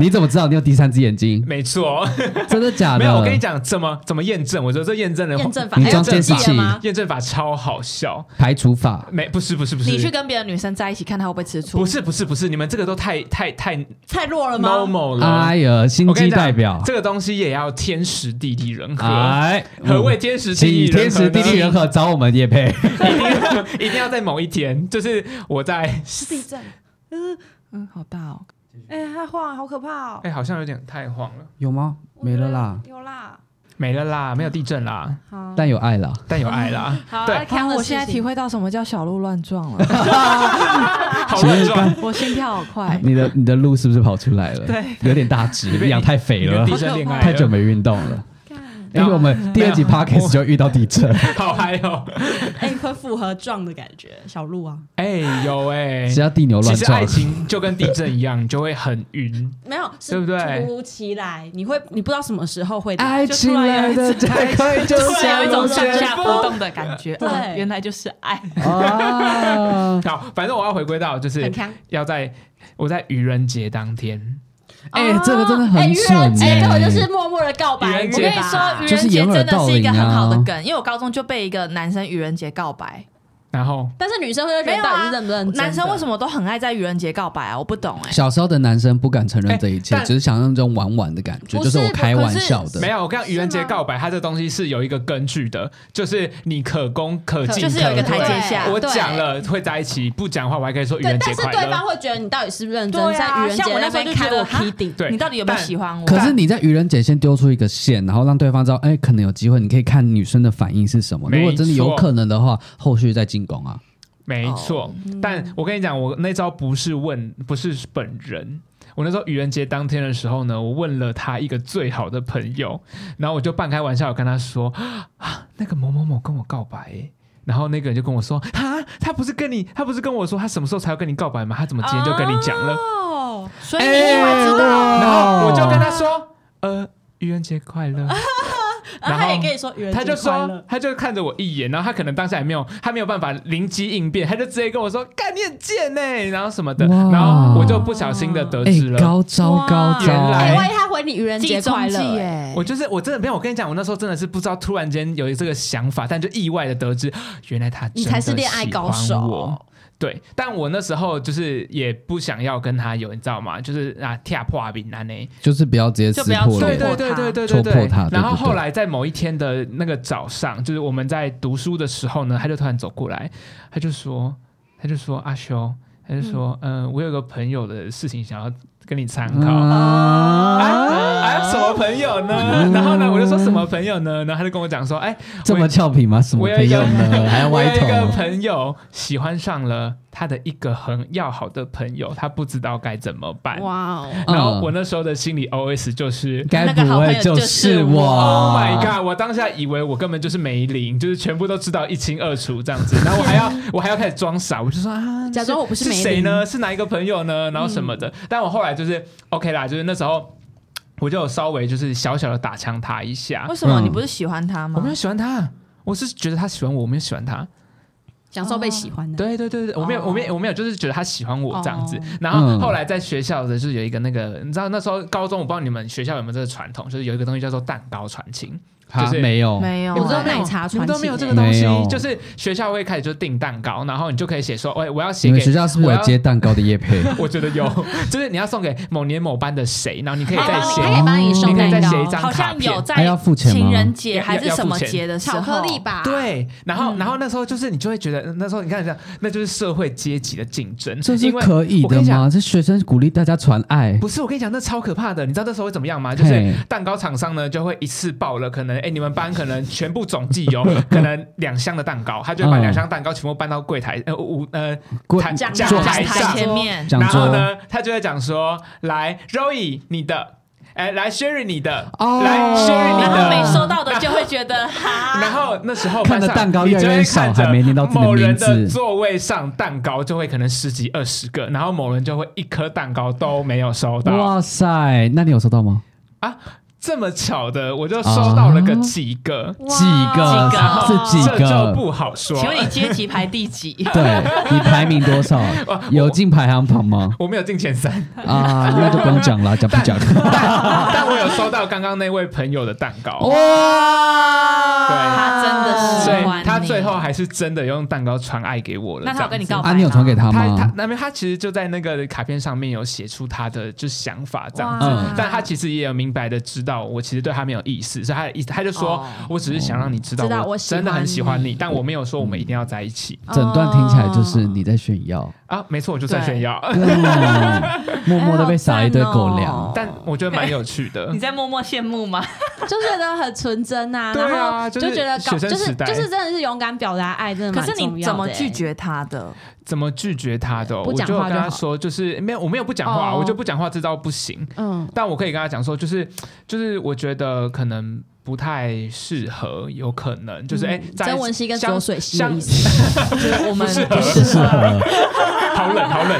你怎么知道你有第三只眼睛？没错。真的假的？没有，我跟你，讲，怎么怎么验证？我觉得这验证的验证法，你哎装有这监视个吗？验证法超好笑。排除法。没，不是不是不是，你去跟别的女生在一起，看她会不会吃醋不？是不是不是，你们这个都太太太太弱了吗？ normal 了。哎呀，心我跟机你讲代表，这个东西也要天时地利人和。哎，何谓天时地利请人和呢？天时地利人和找我们叶配。 一定要一定要在某一天，就是我在是地震。嗯，好大哦。哎、他晃，好可怕哦！哎、好像有点太晃了，有吗？没了啦，有啦。没了啦，没有地震啦，好，但有爱啦。但有爱啦，好，对来看啊的我事情现在体，会到什么叫小鹿乱撞了， 嗯好乱撞，我心跳好 快。你的你的路是不是跑出来了？对，有点大只，被养太肥有了地，震恋爱了太久没运动了。干因为我们第二集 podcast 就遇到地震， 好嗨哦，哎、会复合撞的感觉，小鹿啊，哎、有哎、只要地牛其乱实爱撞，情就跟地震一样，你就会很 晕。没有，是对不对突如其来，你会，你不知道什么时候会爱情来的太快，就突然像有一种上旋下波动的感觉，对嗯原来就是爱。 啊！好，反正我要回归到就是很康。要在我在愚人节当天，哎哦这个真的很蠢哎愚人节哎根本就是默默的告白。愚人我我节跟你跟你说，说，愚就人是节掩耳真的是一个盗铃啊很好的梗，因为我高中就被一个男生愚人节告白。然后但是女生会觉没得有到底啊是认不认真的？男生为什么都很爱在愚人节告白啊？我不懂哎、小时候的男生不敢承认这一切，哎但只是想用这种玩玩的感觉，不就是我开玩笑没的。有，我跟你讲愚人节是吗告白，它这东西是有一个根据的，就是你可攻可进，就是有一个可退台阶下我对讲了会在一起，不讲话我还可以说愚对人，节但是快对方乐。会觉得你到底是不是认真，对在啊愚人像节我那那时候边就开觉我得皮顶。对，你到底有没有但喜欢我？可是你在愚人节先丢出一个线，然后让对方知道，哎，可能有机会，你可以看女生的反应是什么。没如果真的有错可能的话，后续再进攻啊。没错，嗯但我跟你讲，我那招不是问，不是本人。我那时候愚人节当天的时候呢，我问了他一个最好的朋友，然后我就半开玩笑地跟他说啊，那个某某某跟我告白欸、然后那个人就跟我说啊，他不是跟你，他不是跟我说他什么时候才要跟你告白吗？他怎么今天就跟你讲了？哦，所以你哎，会知道。哇然后我就跟他说，呃，愚人节快乐。然后他也跟你说愚人节他就快说乐，他就看着我一眼，然后他可能当下也没有，他没有办法灵机应变，他就直接跟我说：“干你很贱呢、然后什么的。哇”然后我就不小心的得哎知，了，高招哇高原招！哎，来万一他回你愚人节快乐，哎哎我就是我真的没有，我跟你讲，我那时候真的是不知道，突然间有这个想法，但就意外的得知，原来他你才是恋爱高手真的喜欢我。对，但我那时候就是也不想要跟他有，你知道吗？就是啊，跳破冰啊那。就是不要直接就撕不要破戳脸对破。对他对对对戳对破对他对然后对对后来在某一天的那个早上，就是我们在读书的时候呢，他就突然走过来，他就说，他就说阿修，他就说，嗯、我有个朋友的事情想要跟你参考。啊哦啊啊！什么朋友呢？然后呢，我就说什么朋友呢？然后他就跟我讲说，哎，这么俏皮吗？什么我有朋一个友 呢？还要我有歪一个头？朋友喜欢上了他的一个很要好的朋友，他不知道该怎么办。哇哦，然后我嗯那时候的心理 OS 就是，该那个不好朋会友就就是是我 我啊 Oh my god！我当下以为我根本就是没灵，就是全部都知道一清二楚这样子，然后我还要我还要开始装傻，我就说啊，假装我不是嗯是没谁灵呢？是哪一个朋友呢？然后什么的。但我后来就是 OK 啦，就是那时候我就有稍微就是小小的打枪他一下为，什么嗯你不是喜欢他我吗没？有喜欢他。我是觉得他喜欢我，我没有喜欢嗯他。享受被喜欢的。对对对对，我没有，哦我没有，我没有，就是觉得他喜欢我这样子哦。然后嗯后来在学校的就是有一个那个，你知道那时候高中，我不知道你们学校有没有这个传统，就是有一个东西叫做蛋糕传情。哈就是没有，没有，我知道哎奶茶哦你传们都没有奇这个东没西有，就是学校会开始就订蛋糕，然后你就可以写说，哎，我要你写们学给。校是不是有接蛋糕的叶 配？我觉得有，就是你要送给某年某班的谁，然后你可以再哦写他可以帮你你送可以蛋再写一糕，张好像有还在要付钱吗情人节要还是要什么付钱节的时候，巧克力吧？，对，然嗯后然后那时候就是你就会觉得，那时候你看这样，那就是社会阶级的竞争，这是因为可以我跟的你讲吗？这学生鼓励大家传爱，不是，我跟你讲，那超可怕的。你知道那时候会怎么样吗？就是嘿蛋糕厂商呢就会一次爆了，可能哎、你们班可能全部 总计有可能两箱的蛋糕，他就会把嗯两箱蛋糕全部搬到柜台呃五呃过台讲讲座台台上前前面讲然后桌呢，他就会讲说：“来，Roy 你的，哎，来 Sherry 你的，哦来 Sherry 你然的。后”没收。到的就会觉得哈，然后那时候看着班上蛋糕越来越你就会少看着还没念到自己的某人名的字座位上蛋糕就会可能十几二十个，然后某人就会一颗蛋糕都没有收到哇塞，那你有收到吗？这么巧的，我就收到了个几个，几个几个是哦几这就个？不好说。请问你阶级排第几？ 对你排名多 少？有进排行榜吗？我没有进 前三， 啊，那就不用讲了，讲不讲？但我有收到刚刚那位朋友的蛋糕，哇！他真啊的嗯喜所欢以你他最后还是真的用蛋糕传爱给我了。那他有跟你这样告子白吗？啊，你有传给他他他吗？那边他其实就在那个卡片上面有写出他的就想法这样子，嗯但他其实也有明白的知道我其实对他没有意思，所以他的意思他就说、哦我只是想让你知知道道我喜欢真的很喜欢你你，但我没有说我们一定要在一起整段听起来哦就是你在炫耀，啊，没错，我就在炫 耀，嗯默默的被撒一堆狗粮。但我觉得蛮有趣的 你。在默默羡慕吗？就觉得很纯真呐、对啊然后就是觉得搞学生就是时代就是真的是勇敢表达爱，真的可蛮是重你要怎的么拒欸？绝他的？怎么拒绝他的哦、不我讲就话跟就他好说，就是没有，我没有不讲话，哦我就不讲话，知道不行。嗯，但我可以跟他讲说，就是就是，我觉得可能不太适合，有可能就是哎，嗯在曾文熙跟相左水溪的相意思，就是我们不不适合， 好冷，好冷。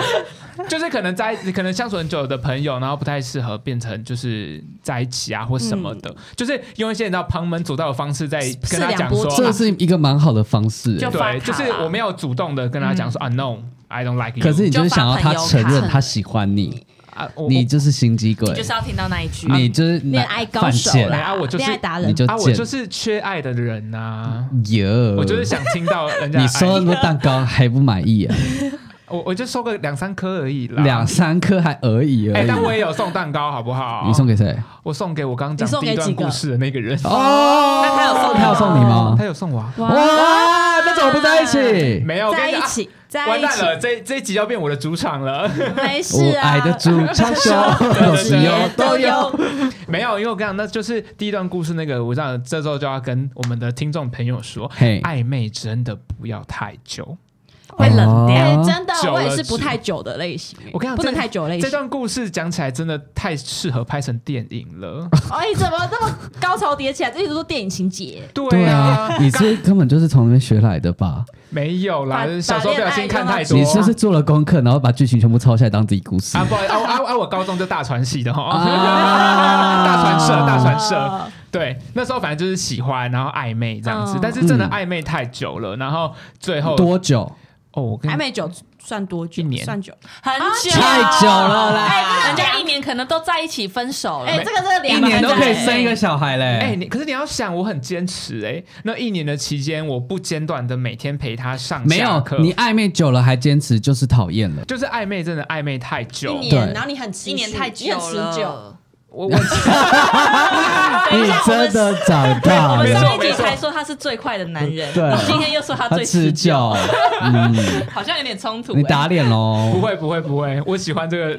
就是可能在可能相处很久的朋友，然后不太适合变成就是在一起啊或什么嗯的，就是用一些你知道旁门左道的方式在跟他讲说四两拨，这是一个蛮好的方式。欸就对，就是我没有主动的跟他讲说、嗯啊，no，I don't like you。可是你就是想要他承认他喜欢你，啊，我你就是心机鬼你，就是要听到那一句。你就是恋爱高犯手贱啦，啊我就是恋爱达人，你就啊，我贱就是缺爱的人呐、哟，我就是想听到人家呃你爱收那么多蛋糕还不满意啊？我我就收个两三颗而已啦。两三颗还而已哎、而已。但我也有送蛋糕，好不好？你送给谁？我送给我刚刚你送给讲第一段几个故事的那个人，哦，那他有送你吗他有送你吗他？有送我、啊，哇，那怎么不在一起？没有哦在一。我跟你起，讲啊在完一蛋了，起，这这一集要变我的主场了。 没我事啊。爱的主唱秀都是 有都有，没有，因为我跟你讲，那就是第一段故事那个，我让这周就要跟我们的听众朋友说，嘿，暧昧真的不要太久。会冷掉哎哦，真的久，了我也是不太久的类型。我跟你讲不能这太久的类这型。段故事讲起来真的太适合拍成电影 了。哎，怎么这么高潮迭起啊来？这一直都电影情节。对对啊，你是根本就是从那边学来的吧？没有啦把，小时候不小心看太多。你是不是做了功课，然后把剧情全部抄下来当自己故事啊，不 好意思，啊我啊我啊！我高中就大传系的哈，啊 大传社，大传社。呃对，那时候反正就是喜欢，然后暧昧这样子，嗯但是真的嗯暧昧太久了，然后最后多久？哦，我跟暧昧久算多久？一年算久。啊很久太久了啦哎，人家一年可能都在一起分手了。哎，这个这个一两年都可以分生一个小孩嘞！哎、你可是你要想，我很坚持哎、那一年的期间，我不间断的每天陪他上没下有课，，你暧昧久了还坚持，就是讨厌了。就是暧昧，真的暧昧太久一。对年，然后你很持续一年太久你很持久。了。我我哎你真的长我大们了，上一集才说他是最快的男人，对啊你今天又说他他最持持久，久，嗯， 好像有点冲突。你哎打脸不喽。会不会不会，我喜欢这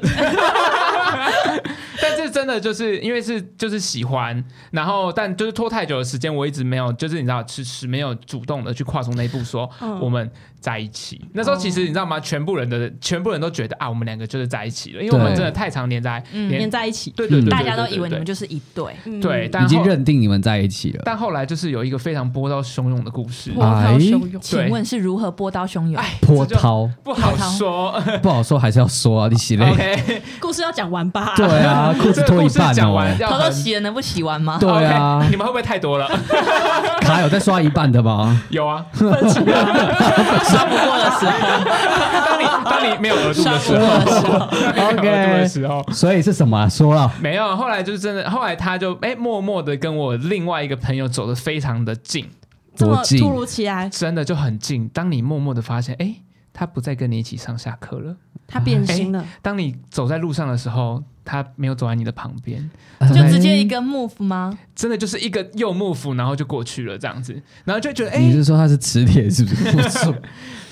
个。但是真的就是因为是就是喜欢，然后但就是拖太久的时间，我一直没有就是你知道迟迟没有主动的去跨出那一步说，嗯我们在一起。那哦时候其实你知道吗？全部人的全部人都觉得啊，我们两个就是在一起了，因为我们对真的太常黏在嗯黏黏在一起，对对对对对对对，大家都以为你对们就是一对，嗯对，但已经后认定你们在一起了，但后来就是有一个非常波涛汹涌的故事，嗯哇哎涌请问是如何波涛汹涌？哎，波这就涛不好说。 不好说，还是要说啊，你洗嘞。 OK，故事要讲完吧？对 啊，裤子这个脱故一事半讲哦，完哎要头很都洗了，能不洗完吗？对啊 OK，你们会不会太多了？ 卡有再刷一半的 吗？有啊，刷不过的时候，当你当你没有额度的时候，刷不过当 你没有额度的时候。所以是什么啊？说了，没有，后来就是真的，后来他就哎、默默的跟我另外一个朋友走的非常的近，这多么近突如其来，真的就很近。当你默默的发现，哎、他不再跟你一起上下课了；他变哎心了。当你走在路上的时候，他没有走在你的旁边，就直接一个 move 吗？真的就是一个右幕府，然后就过去了这样子，然后就觉得哎、你是说他是磁铁是不是？ 不是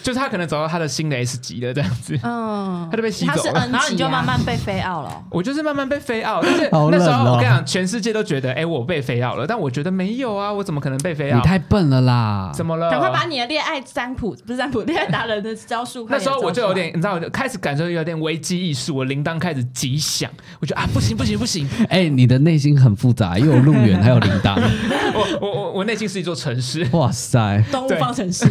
就是他可能找到他的新的 S 级了这样子，嗯他，就被吸他走是了。 N 然后你级就啊慢慢被飞 out 了。 我就是慢慢被飞奥，但是好那冷哦时候我跟你讲，全世界都觉得，哎、我被飞奥了，但我觉得没有啊，我怎么可能被飞你奥？太笨了啦！怎么了？赶快把你的恋爱占卜不是占卜， 恋爱达人的招数。嗯那时候我就有点，快你知道，我就开始感受有点危机意识，我铃铛开始急响，我觉得啊，不行不行不行，哎、你的内心很复杂，又有路远，还有铃 铛。，我我我我内心是一座城市 哇塞，点招出来动 对物方程式，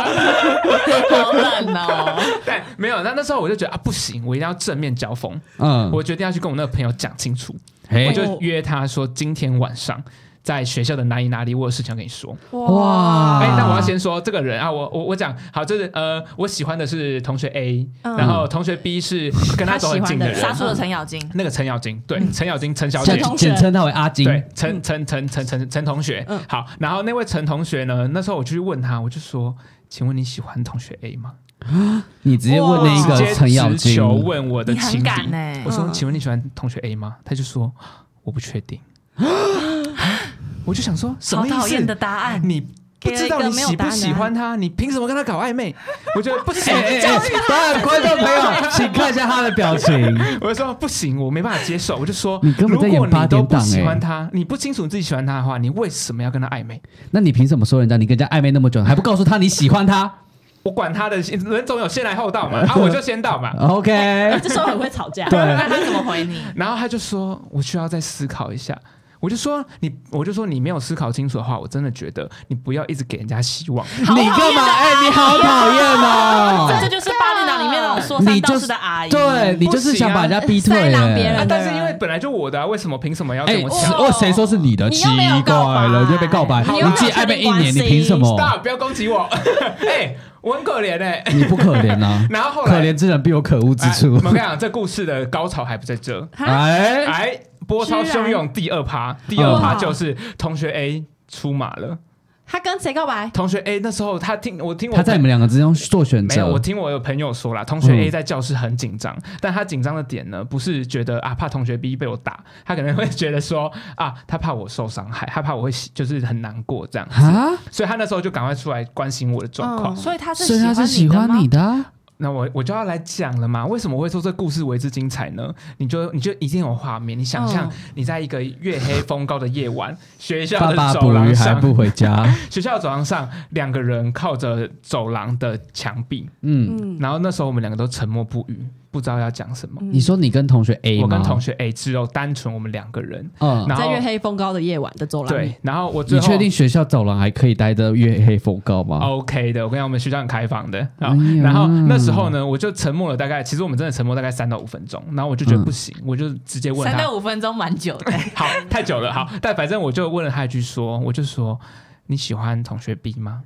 好冷 哦！但没有，那那时候我就觉得啊，不行，我一定要正面交锋，嗯，哎我决定要去跟我那个朋友讲清楚，嘿我哦就约他说今天晚上。在学校的哪里哪里，我有事情要跟你说。哇啊哎、那我要先说这个人啊，我我我讲好，就是呃，我喜欢的是同学 A，、嗯然后同学 B 是跟他走很近的他喜人欢杀，出了程咬金，那个陈咬金，对，陈咬金，陈小姐简陈，同学简称他为阿金，嗯对，陈陈陈陈陈陈同学嗯，好，然后那位陈同学呢，那时候我就去问他，我就说，请问你喜欢同学 A 吗？你直接问那一直个陈咬接直金，球问我的你情很敌，敢呢我说嗯：“请问你喜欢同学 A 吗？”他就说：“我不确定。”我就想说，什好么讨意厌的思？答案。你不知道给了一个你没有喜答不案的喜欢他，你凭什么跟他搞暧昧？我觉得不行，哎哎哎当然，观众朋友，请看一下他的表情。我就说不行，我没办法接受。我就说，你根本在演如果你都八点不档喜欢哎他，你不清楚自己喜欢他的话，你为什么要跟他暧昧？那你凭什么说人家？你跟人家暧昧那么久，还不告诉他你喜欢他我管他的，人总有先来后到嘛，啊，我就先到嘛。 ？OK， 这时候很会吵 架。对那他怎么回你？然后他就说：“我需要再思考一下。”我就说：“你，我就说你没有思考清楚的话，我真的觉得你不要一直给人家希望。你干嘛？哎，你好讨厌这哦！这就是八点档里面那种说三你道就四的阿姨。对你就是想把人家逼退塞狼哎别人啊对！但是因为本来就我的、啊，为什么凭什么要跟哎，我是抢？哦，谁说是你的？你奇又没有怪告白了，你又被告白，你你又没有自己暧昧一确定关年，系你凭什么？大、不要攻击我！ 哎、我很可怜 哎、你不可怜 啊！然后后来，可怜之人必有可恶之哎处 我。们跟你讲，这故事的高潮还不在这，哎，哎，波涛汹涌第二趴，第二趴就是同学 A 出马了。他跟谁告白？同学 A 那时候他听我听我他在你们两个之中做选没有，我择，听我有朋友说啦，同学嗯 A 在教室很紧张，但他紧张的点呢，不是觉得啊怕同学 B 被我打，他可能会觉得说啊，他怕我受伤害，他怕我会喜就是很难过这样，啊，所以他那时候就赶快出来关心我的状况。嗯所以他是所以他是喜喜欢欢你你的吗的啊，那我我就要来讲了嘛，为什么我会说这故事为之精彩呢？你就你就一定有画面，你想象嗯你在一个月黑风高的夜晚，学校爸的爸走捕鱼廊还上，不回家，学校的走廊上两个人靠着走廊的墙壁，嗯。嗯，然后那时候我们两个都沉默不语，不知道要讲什么。你说你跟同学 A 吗？我跟同学 A 只有单纯我们两个人，嗯，然在后月黑风高的夜晚的走廊里，对，然后我最你后哦确定学校走廊还可以待着月黑风高吗？ OK 的？我跟你讲，我们学校很开放的。然哎呀后，然后那时候呢，我就沉默了大概，其实我们真的沉默大概三到五分钟，然后我就觉得嗯不行，我就直接问三他到，五分钟蛮久的，好，太久了，好，但反正我就问了他一句说，我就说。你喜欢同学 B 吗？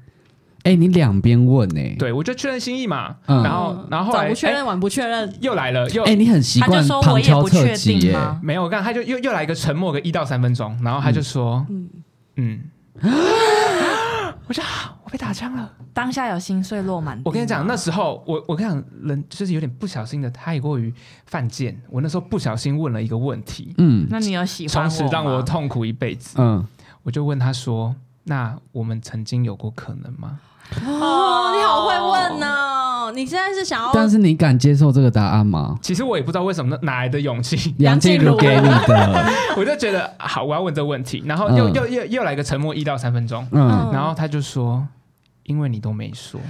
哎、你两边问呢、，嗯对，我就确认心意嘛。嗯然后，然后后早来不确哎认，晚不确认，又来了，又哎、你很习他就惯说我旁也敲不侧确击定耶、啊吗？没有，我刚才他就又又来一个沉默个一到三分钟，然后他就说，嗯嗯我就啊我被打枪了。当下有心碎落满地吗。我跟你讲，那时候我我跟你讲，人就是有点不小心的太过于犯贱。我那时候不小心问了一个问题，嗯那你有喜欢从我此让吗我痛苦一辈子。嗯，我就问他说：“那我们曾经有过可能吗哦，你好会问哦！你现在是想要但是你敢接受这个答案吗？”？其实我也不知道为什么哪来的勇气， 杨静茹给你的，我就觉得好，我要问这问题。然后又、嗯又又又来个沉默一到三分钟，嗯，嗯然后他就说：“因为你都没说。”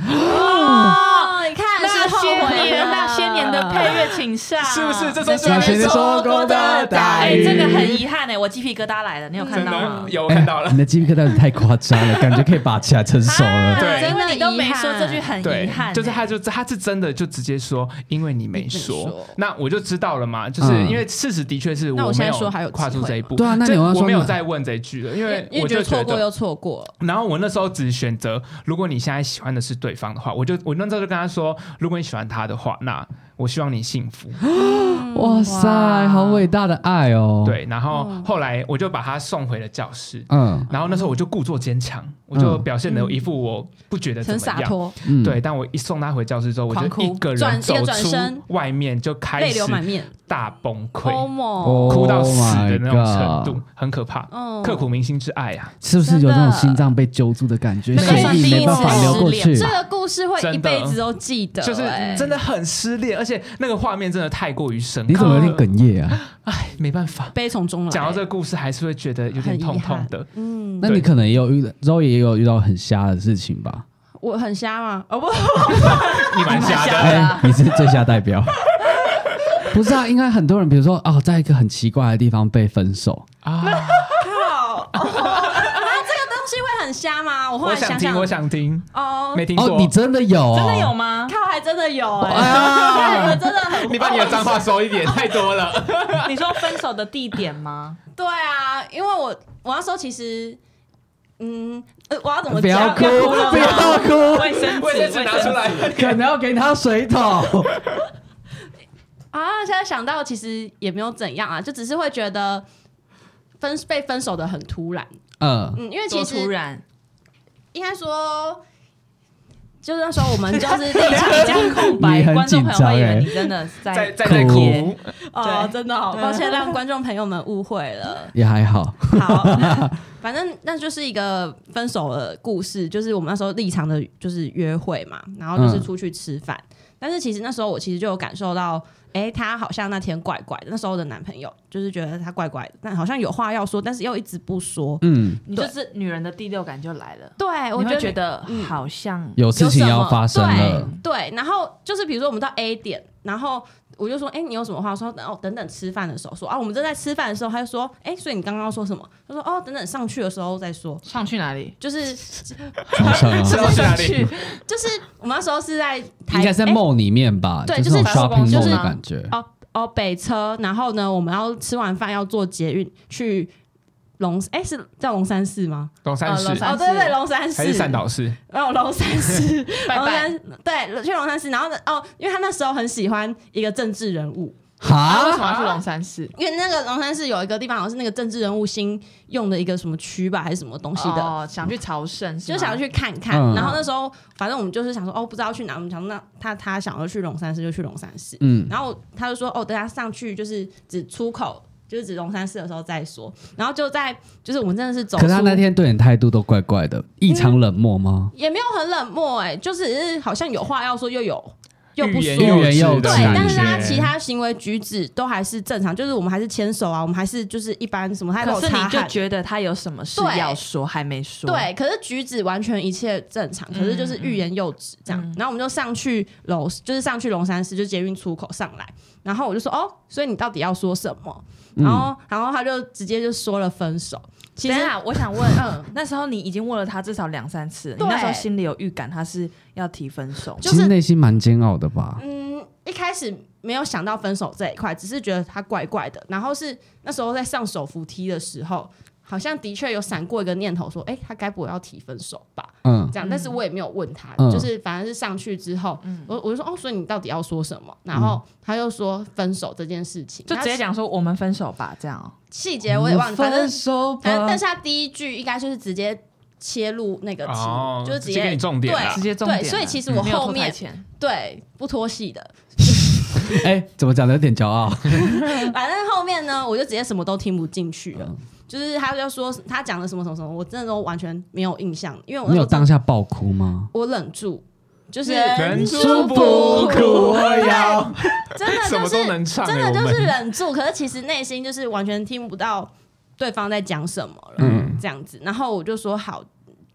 哦，你看那是后些悔年了那些年的配乐，请上，是不是？这时候那些年说过的大哎、雨这个很遗憾哎、我鸡皮疙瘩来了，你有看真到吗的？有哎 看到 了你。的鸡皮疙瘩有点太夸张了，感觉可以拔起来成熟 了。对因为你都没说真的遗憾这句很对遗憾、，哎就是他就他是真的就直接说，因为你没你没说说，那我就知道了嘛，就是嗯因为事实的确是那我现没在说还有有机跨出会这一步，对啊那你这有要说我没有吗再问这一句了，因为因我为觉得就觉错过得，又错过，然后我那时候只选择，如果你现在喜欢的是对方的话，我就我那时候就跟他说，如果你喜欢他的话，那我希望你幸福，哇塞，哇好伟大的爱哦。，对，然后后来我就把他送回了教室。嗯然后那时候我就故作坚强，我就嗯表现的一副我不觉得怎很么洒样，脱，嗯，对，，但我一送他回教室之后，我狂就哭一个人转走一个转出身外面，就开泪始哦流满面，大崩欧溃，莫， Oh 哭到死的那种程 my 哦度，很可怕，嗯刻骨铭心之爱啊！是不是有那真种的心脏被揪住的感觉，那血个算液第一没办法次流过失恋去这？个故事会一辈子都记得，啊就是哎真的很失恋，而且那个画面真的太过于深刻。你怎么有点？哽咽啊？哎，没办法，悲从中来。讲到这个故事还是会觉得有点痛痛的。嗯，那你可能也有遇到，周也有遇到很瞎的事情吧？我很瞎吗？ 哦不， 你蛮瞎蛮瞎的，的哎、啊你是最下代表。不是啊，应该很多人，比如说哦，在一个很奇怪的地方被分手， 啊，靠，哦那这个东西会很很瞎吗？我后我来想听，想我想听，哦，没听过。哦，你真的有、哦？真的有？吗？靠，还真的有哎、哎呀你们真的很你把你的脏话收一点，太多了。你说分手的地点吗？对啊，因为我我那时候其实，嗯，呃、我要怎么不要讲？哭，不要哭，卫生纸，卫生纸拿出来，可能要给他水桶。啊！现在想到其实也没有怎样啊，就只是会觉得分被分手的很突然， 嗯，嗯，因为其多突实然，应该说。就是那时候我们就是立场这样空白 你，很观众朋友会以为紧张欸你真的在在在在哭哭，哦，对真的好抱歉让观众朋友们误会了。也还好。 好，反正那就是一个分手的故事，就是我们那时候立场的，就是约会嘛，然后嗯就是出去吃饭。但是其实那时候我其实就有感受到，哎、他好像那天怪怪的。那时候的男朋友就是觉得他怪怪的，但好像有话要说，但是又一直不说。嗯，你就是女人的第六感就来了，对，我就你嗯会哎觉得好像有事情有什要么发生了。对，然后就是比如说我们到 A 点，然后我就说，哎、你有什么话说？然后等等吃饭的时候说啊，我们正在吃饭的时候，他就说，哎、所以你刚刚要说什么？他说，哦，等等上去的时候再说，上去哪里？就是床上 啊，是不是哪里？就是我们那时候是在台哎应该在诶梦里面吧？对就是那种 shopping 就是就 mall 是的感觉。哦北车，然后呢，我们要吃完饭要坐捷运去龙，哎、是叫龙山寺吗？龙山呃龙市山哦，对对，寺龙山寺，还是善导市？没有龙山 寺，拜龙拜。山对，去龙山寺，然后呢，哦，因为他那时候很喜欢一个政治人物，啊，哦为什哈，么要去龙山寺？因为那个龙山寺有一个地方好像是那个政治人物新用的一个什么区吧，还是什么东西的。哦，想去朝圣，就想要去。去看看，嗯然后那时候反正我们就是想说，哦，不知道去哪，我们想说那他他想要去龙山寺就去龙山寺，嗯，然后他就说：“哦，等他上去就是指出口，就是指龙山寺的时候再说。”然后就在就是我们真的是走可出，是他那天对你态度都怪怪的，异常冷漠吗？也没有很冷漠哎、就只是好像有话要说又有又不说欲言。又欲言又止止的对是啊，但是他感觉其他行为举止都还是正常，就是我们还是牵手啊，我们还是就是一般什么，他都有可是你擦就汗。觉得他有什么事对要说还没说，，对，可是举止完全一切正常，可是就是欲言又止这嗯样。然后我们就上去楼，就是上去龙山寺，就捷运出口上来。然后我就说：“哦，所以你到底要说什么？”然后，然后他就直接就说了分手。其嗯等实一下，我想 问，嗯那时候你已经问了他至少两三次了，你对那时候心里有预感他是要提分手吗，就其实是内心蛮煎熬的吧？嗯，一开始没有想到分手这一块，只是觉得他怪怪的。然后是那时候在上手扶梯的时候，好像的确有闪过一个念头，说：“哎、他该不会要提分手吧 嗯？”，这样，但是我也没有问他，嗯就是反而是上去之后，嗯我我就说：“哦，所以你到底要说什么？”然后嗯他又说分手这件事情，就直接讲嗯说我们分手吧，这样哦。细节我也忘了，反正手啊反正但是他第一句应该就是直接切入那个题，哦就是直接给你重点啦对直接重点了啊嗯对，所以其实我没有后拖台面前对不拖戏的，哎，怎么讲的有点骄傲？反正后面呢，我就直接什么都听不进去嗯了。就是他就说他讲的什么什么什么，我真的都完全没有印象，因为我那你时有候当下爆哭吗？我忍住，就是人住出不苦我腰，真的 什就么是都能唱欸，真的就我是们忍住，可是其实内心就是完全听不到对方在讲什么了，嗯这样子。然后我就说好，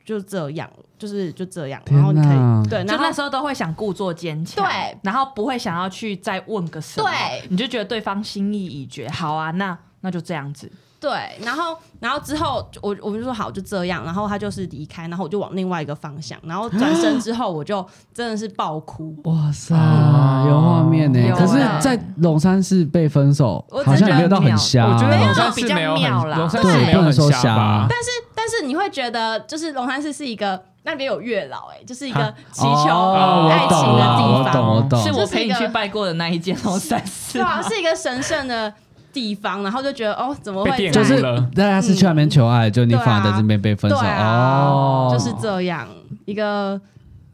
就这样，就是就这样，天然后你可哪以对，就然后那时候都会想故作坚强，对，然后不会想要去再问个什么，对，你就觉得对方心意已决，好啊，那那就这样子，对，然后然后之后就我我们就说好就这样，然后他就是离开，然后我就往另外一个方向，然后转身之后我就真的是爆哭，哇塞，哦啊有画面呢。有可是啊，在龙山寺被分手我，真的好像也没有到很瞎。我觉得没有龙山寺比较没有很妙啦龙山对寺没有不能很说瞎吧瞎？啊但是但是你会觉得就是龙山寺是一个那边有月老、欸，哎，就是一个啊祈求哦爱我情懂的了，地我方，懂，我是懂。我这是陪一你个去拜过的那一间龙山寺对啊，是一个神圣的地方，然后就觉得哦，怎么被会玷污这就样是了大家是去那边求爱，就你对啊反而在这边被分手对啊哦，就是这样一个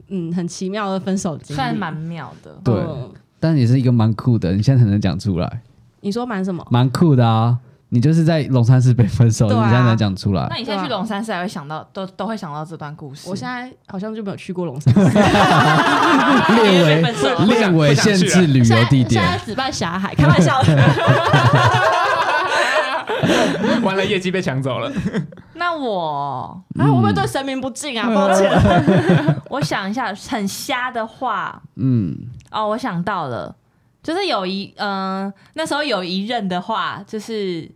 嗯很奇妙的分手经历，算蛮妙的。对嗯但也是一个蛮酷的，你现在才能讲出来，你说蛮什么？蛮酷的啊！你就是在龙山寺被分手，对啊你现在能讲出那来，你现在去龙山寺还会想到，都都会想到这段故啊事。我现在好像就没有去过 龙山寺，列 为分手 了列为限制旅游地现在点，只办霞海，开玩笑的。完了，业绩被抢走了。那我嗯啊，我会不会对神明不敬啊，抱 歉。嗯我想一下，很瞎的话嗯，哦，我想呃到了，就是有一嗯、那时候有一任的话，就是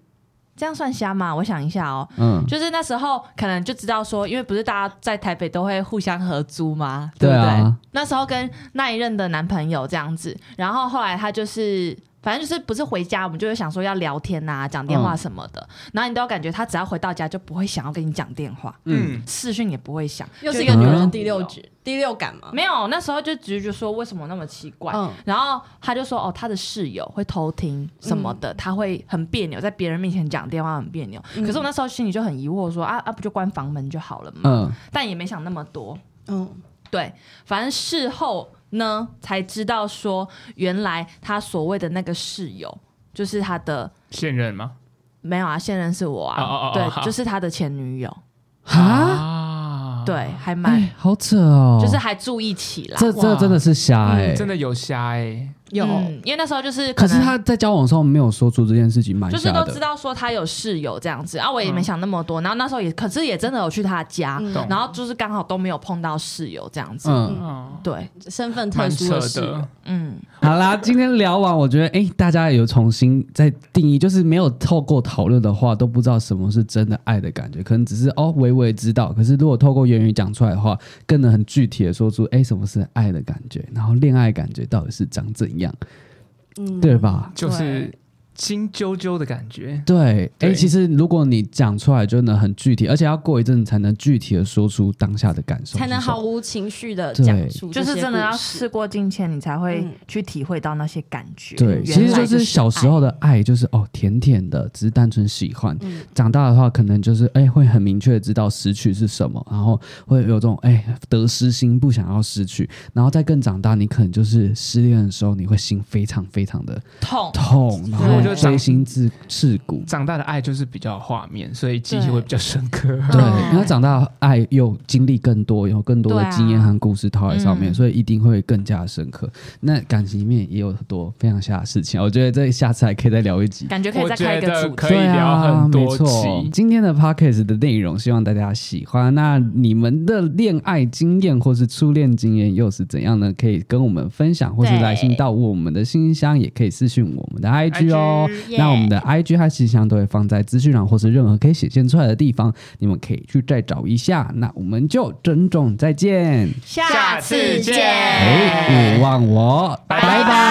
这样算瞎吗？我想一下哦，嗯，就是那时候可能就知道说，因为不是大家在台北都会互相合租吗？对不对？啊那时候跟那一任的男朋友这样子，然后后来他就是。反正就是不是回家，我们就会想说要聊天呐、讲电话什么的。然后你都要感觉他只要回到家就不会想要跟你讲电话，嗯，视讯也不会想，又是就一个嗯女人的第六 指、第六感嘛？没有，那时候就直觉说为什么那么奇怪，嗯然后他就说哦，他的室友会偷听什么的，他会很别扭，在别人面前讲电话很别扭。嗯可是我那时候心里就很疑惑说啊啊，不就关房门就好了嘛，嗯，但也没想那么多。嗯，对，反正事后呢才知道说，原来他所谓的那个室友就是他的现任吗？没有啊，现任是我哦啊，哦哦哦好哦对，就是他的前女友，哈，啊，对，还蛮、哎，好扯哦，就是还住一起啦。这这哇真的是瞎哎、嗯真的有瞎哎，有嗯因为那时候就是可可是能他在交往的时候没有说出这件事情，蛮就是瞎都的。知道说他有室友这样子啊，我也没想那么多。然后那时候也，可是也真的有去他家，嗯懂然后就是刚好都没有碰到室友这样子。嗯，嗯，对，身份特蛮殊扯室友的，嗯，好啦，今天聊完，我觉得哎、诶大家有重新再定义，就是没有透过讨论的话，都不知道什么是真的爱的感觉，可能只是哦微微知道。可是如果透过言语讲出来的话，更能很具体的说出哎、诶什么是爱的感觉，然后恋爱感觉到底是长怎样，嗯，对吧？就是心揪揪的感觉。对，哎、对其实如果你讲出来，就能很具体，而且要过一阵子才能具体的说出当下的感受是什么，才能毫无情绪的讲出这些故就事，是真的要事过境迁，你才会嗯去体会到那些感觉。对，原其实来就是是小时候的爱，就是哦，甜甜的，只是单纯喜欢。嗯长大的话，可能就是哎，会很明确的知道失去是什么，然后会有种哎得失心，不想要失去。然后再更长大，你可能就是失恋的时候，你会心非常非常的痛。痛，然对后锥心自刺骨。长大的爱就是比较有画面，所以记忆会比较深 刻。对，嗯因为长大的爱又经历更多，有更多对的啊经验和故事套在上面，嗯所以一定会更加深刻。那感情里面也有很多非常瞎的事情，我觉得这下次还可以再聊一集。感觉可以我再开一觉个得主题，可以聊很对多啊啊没错集今天的 podcast 的内容，希望大家喜欢。那你们的恋爱经验或是初恋经验又是怎样呢？可以跟我们分享，或是对来信到我们的信箱，也可以私信我们的 IG 哦。 IG 那我们的 IG 和信箱都会放在资讯栏或是任何可以显现出来的地方，你们可以去再找一下。那我们就珍重再见，下次见哎，勿忘我，拜拜拜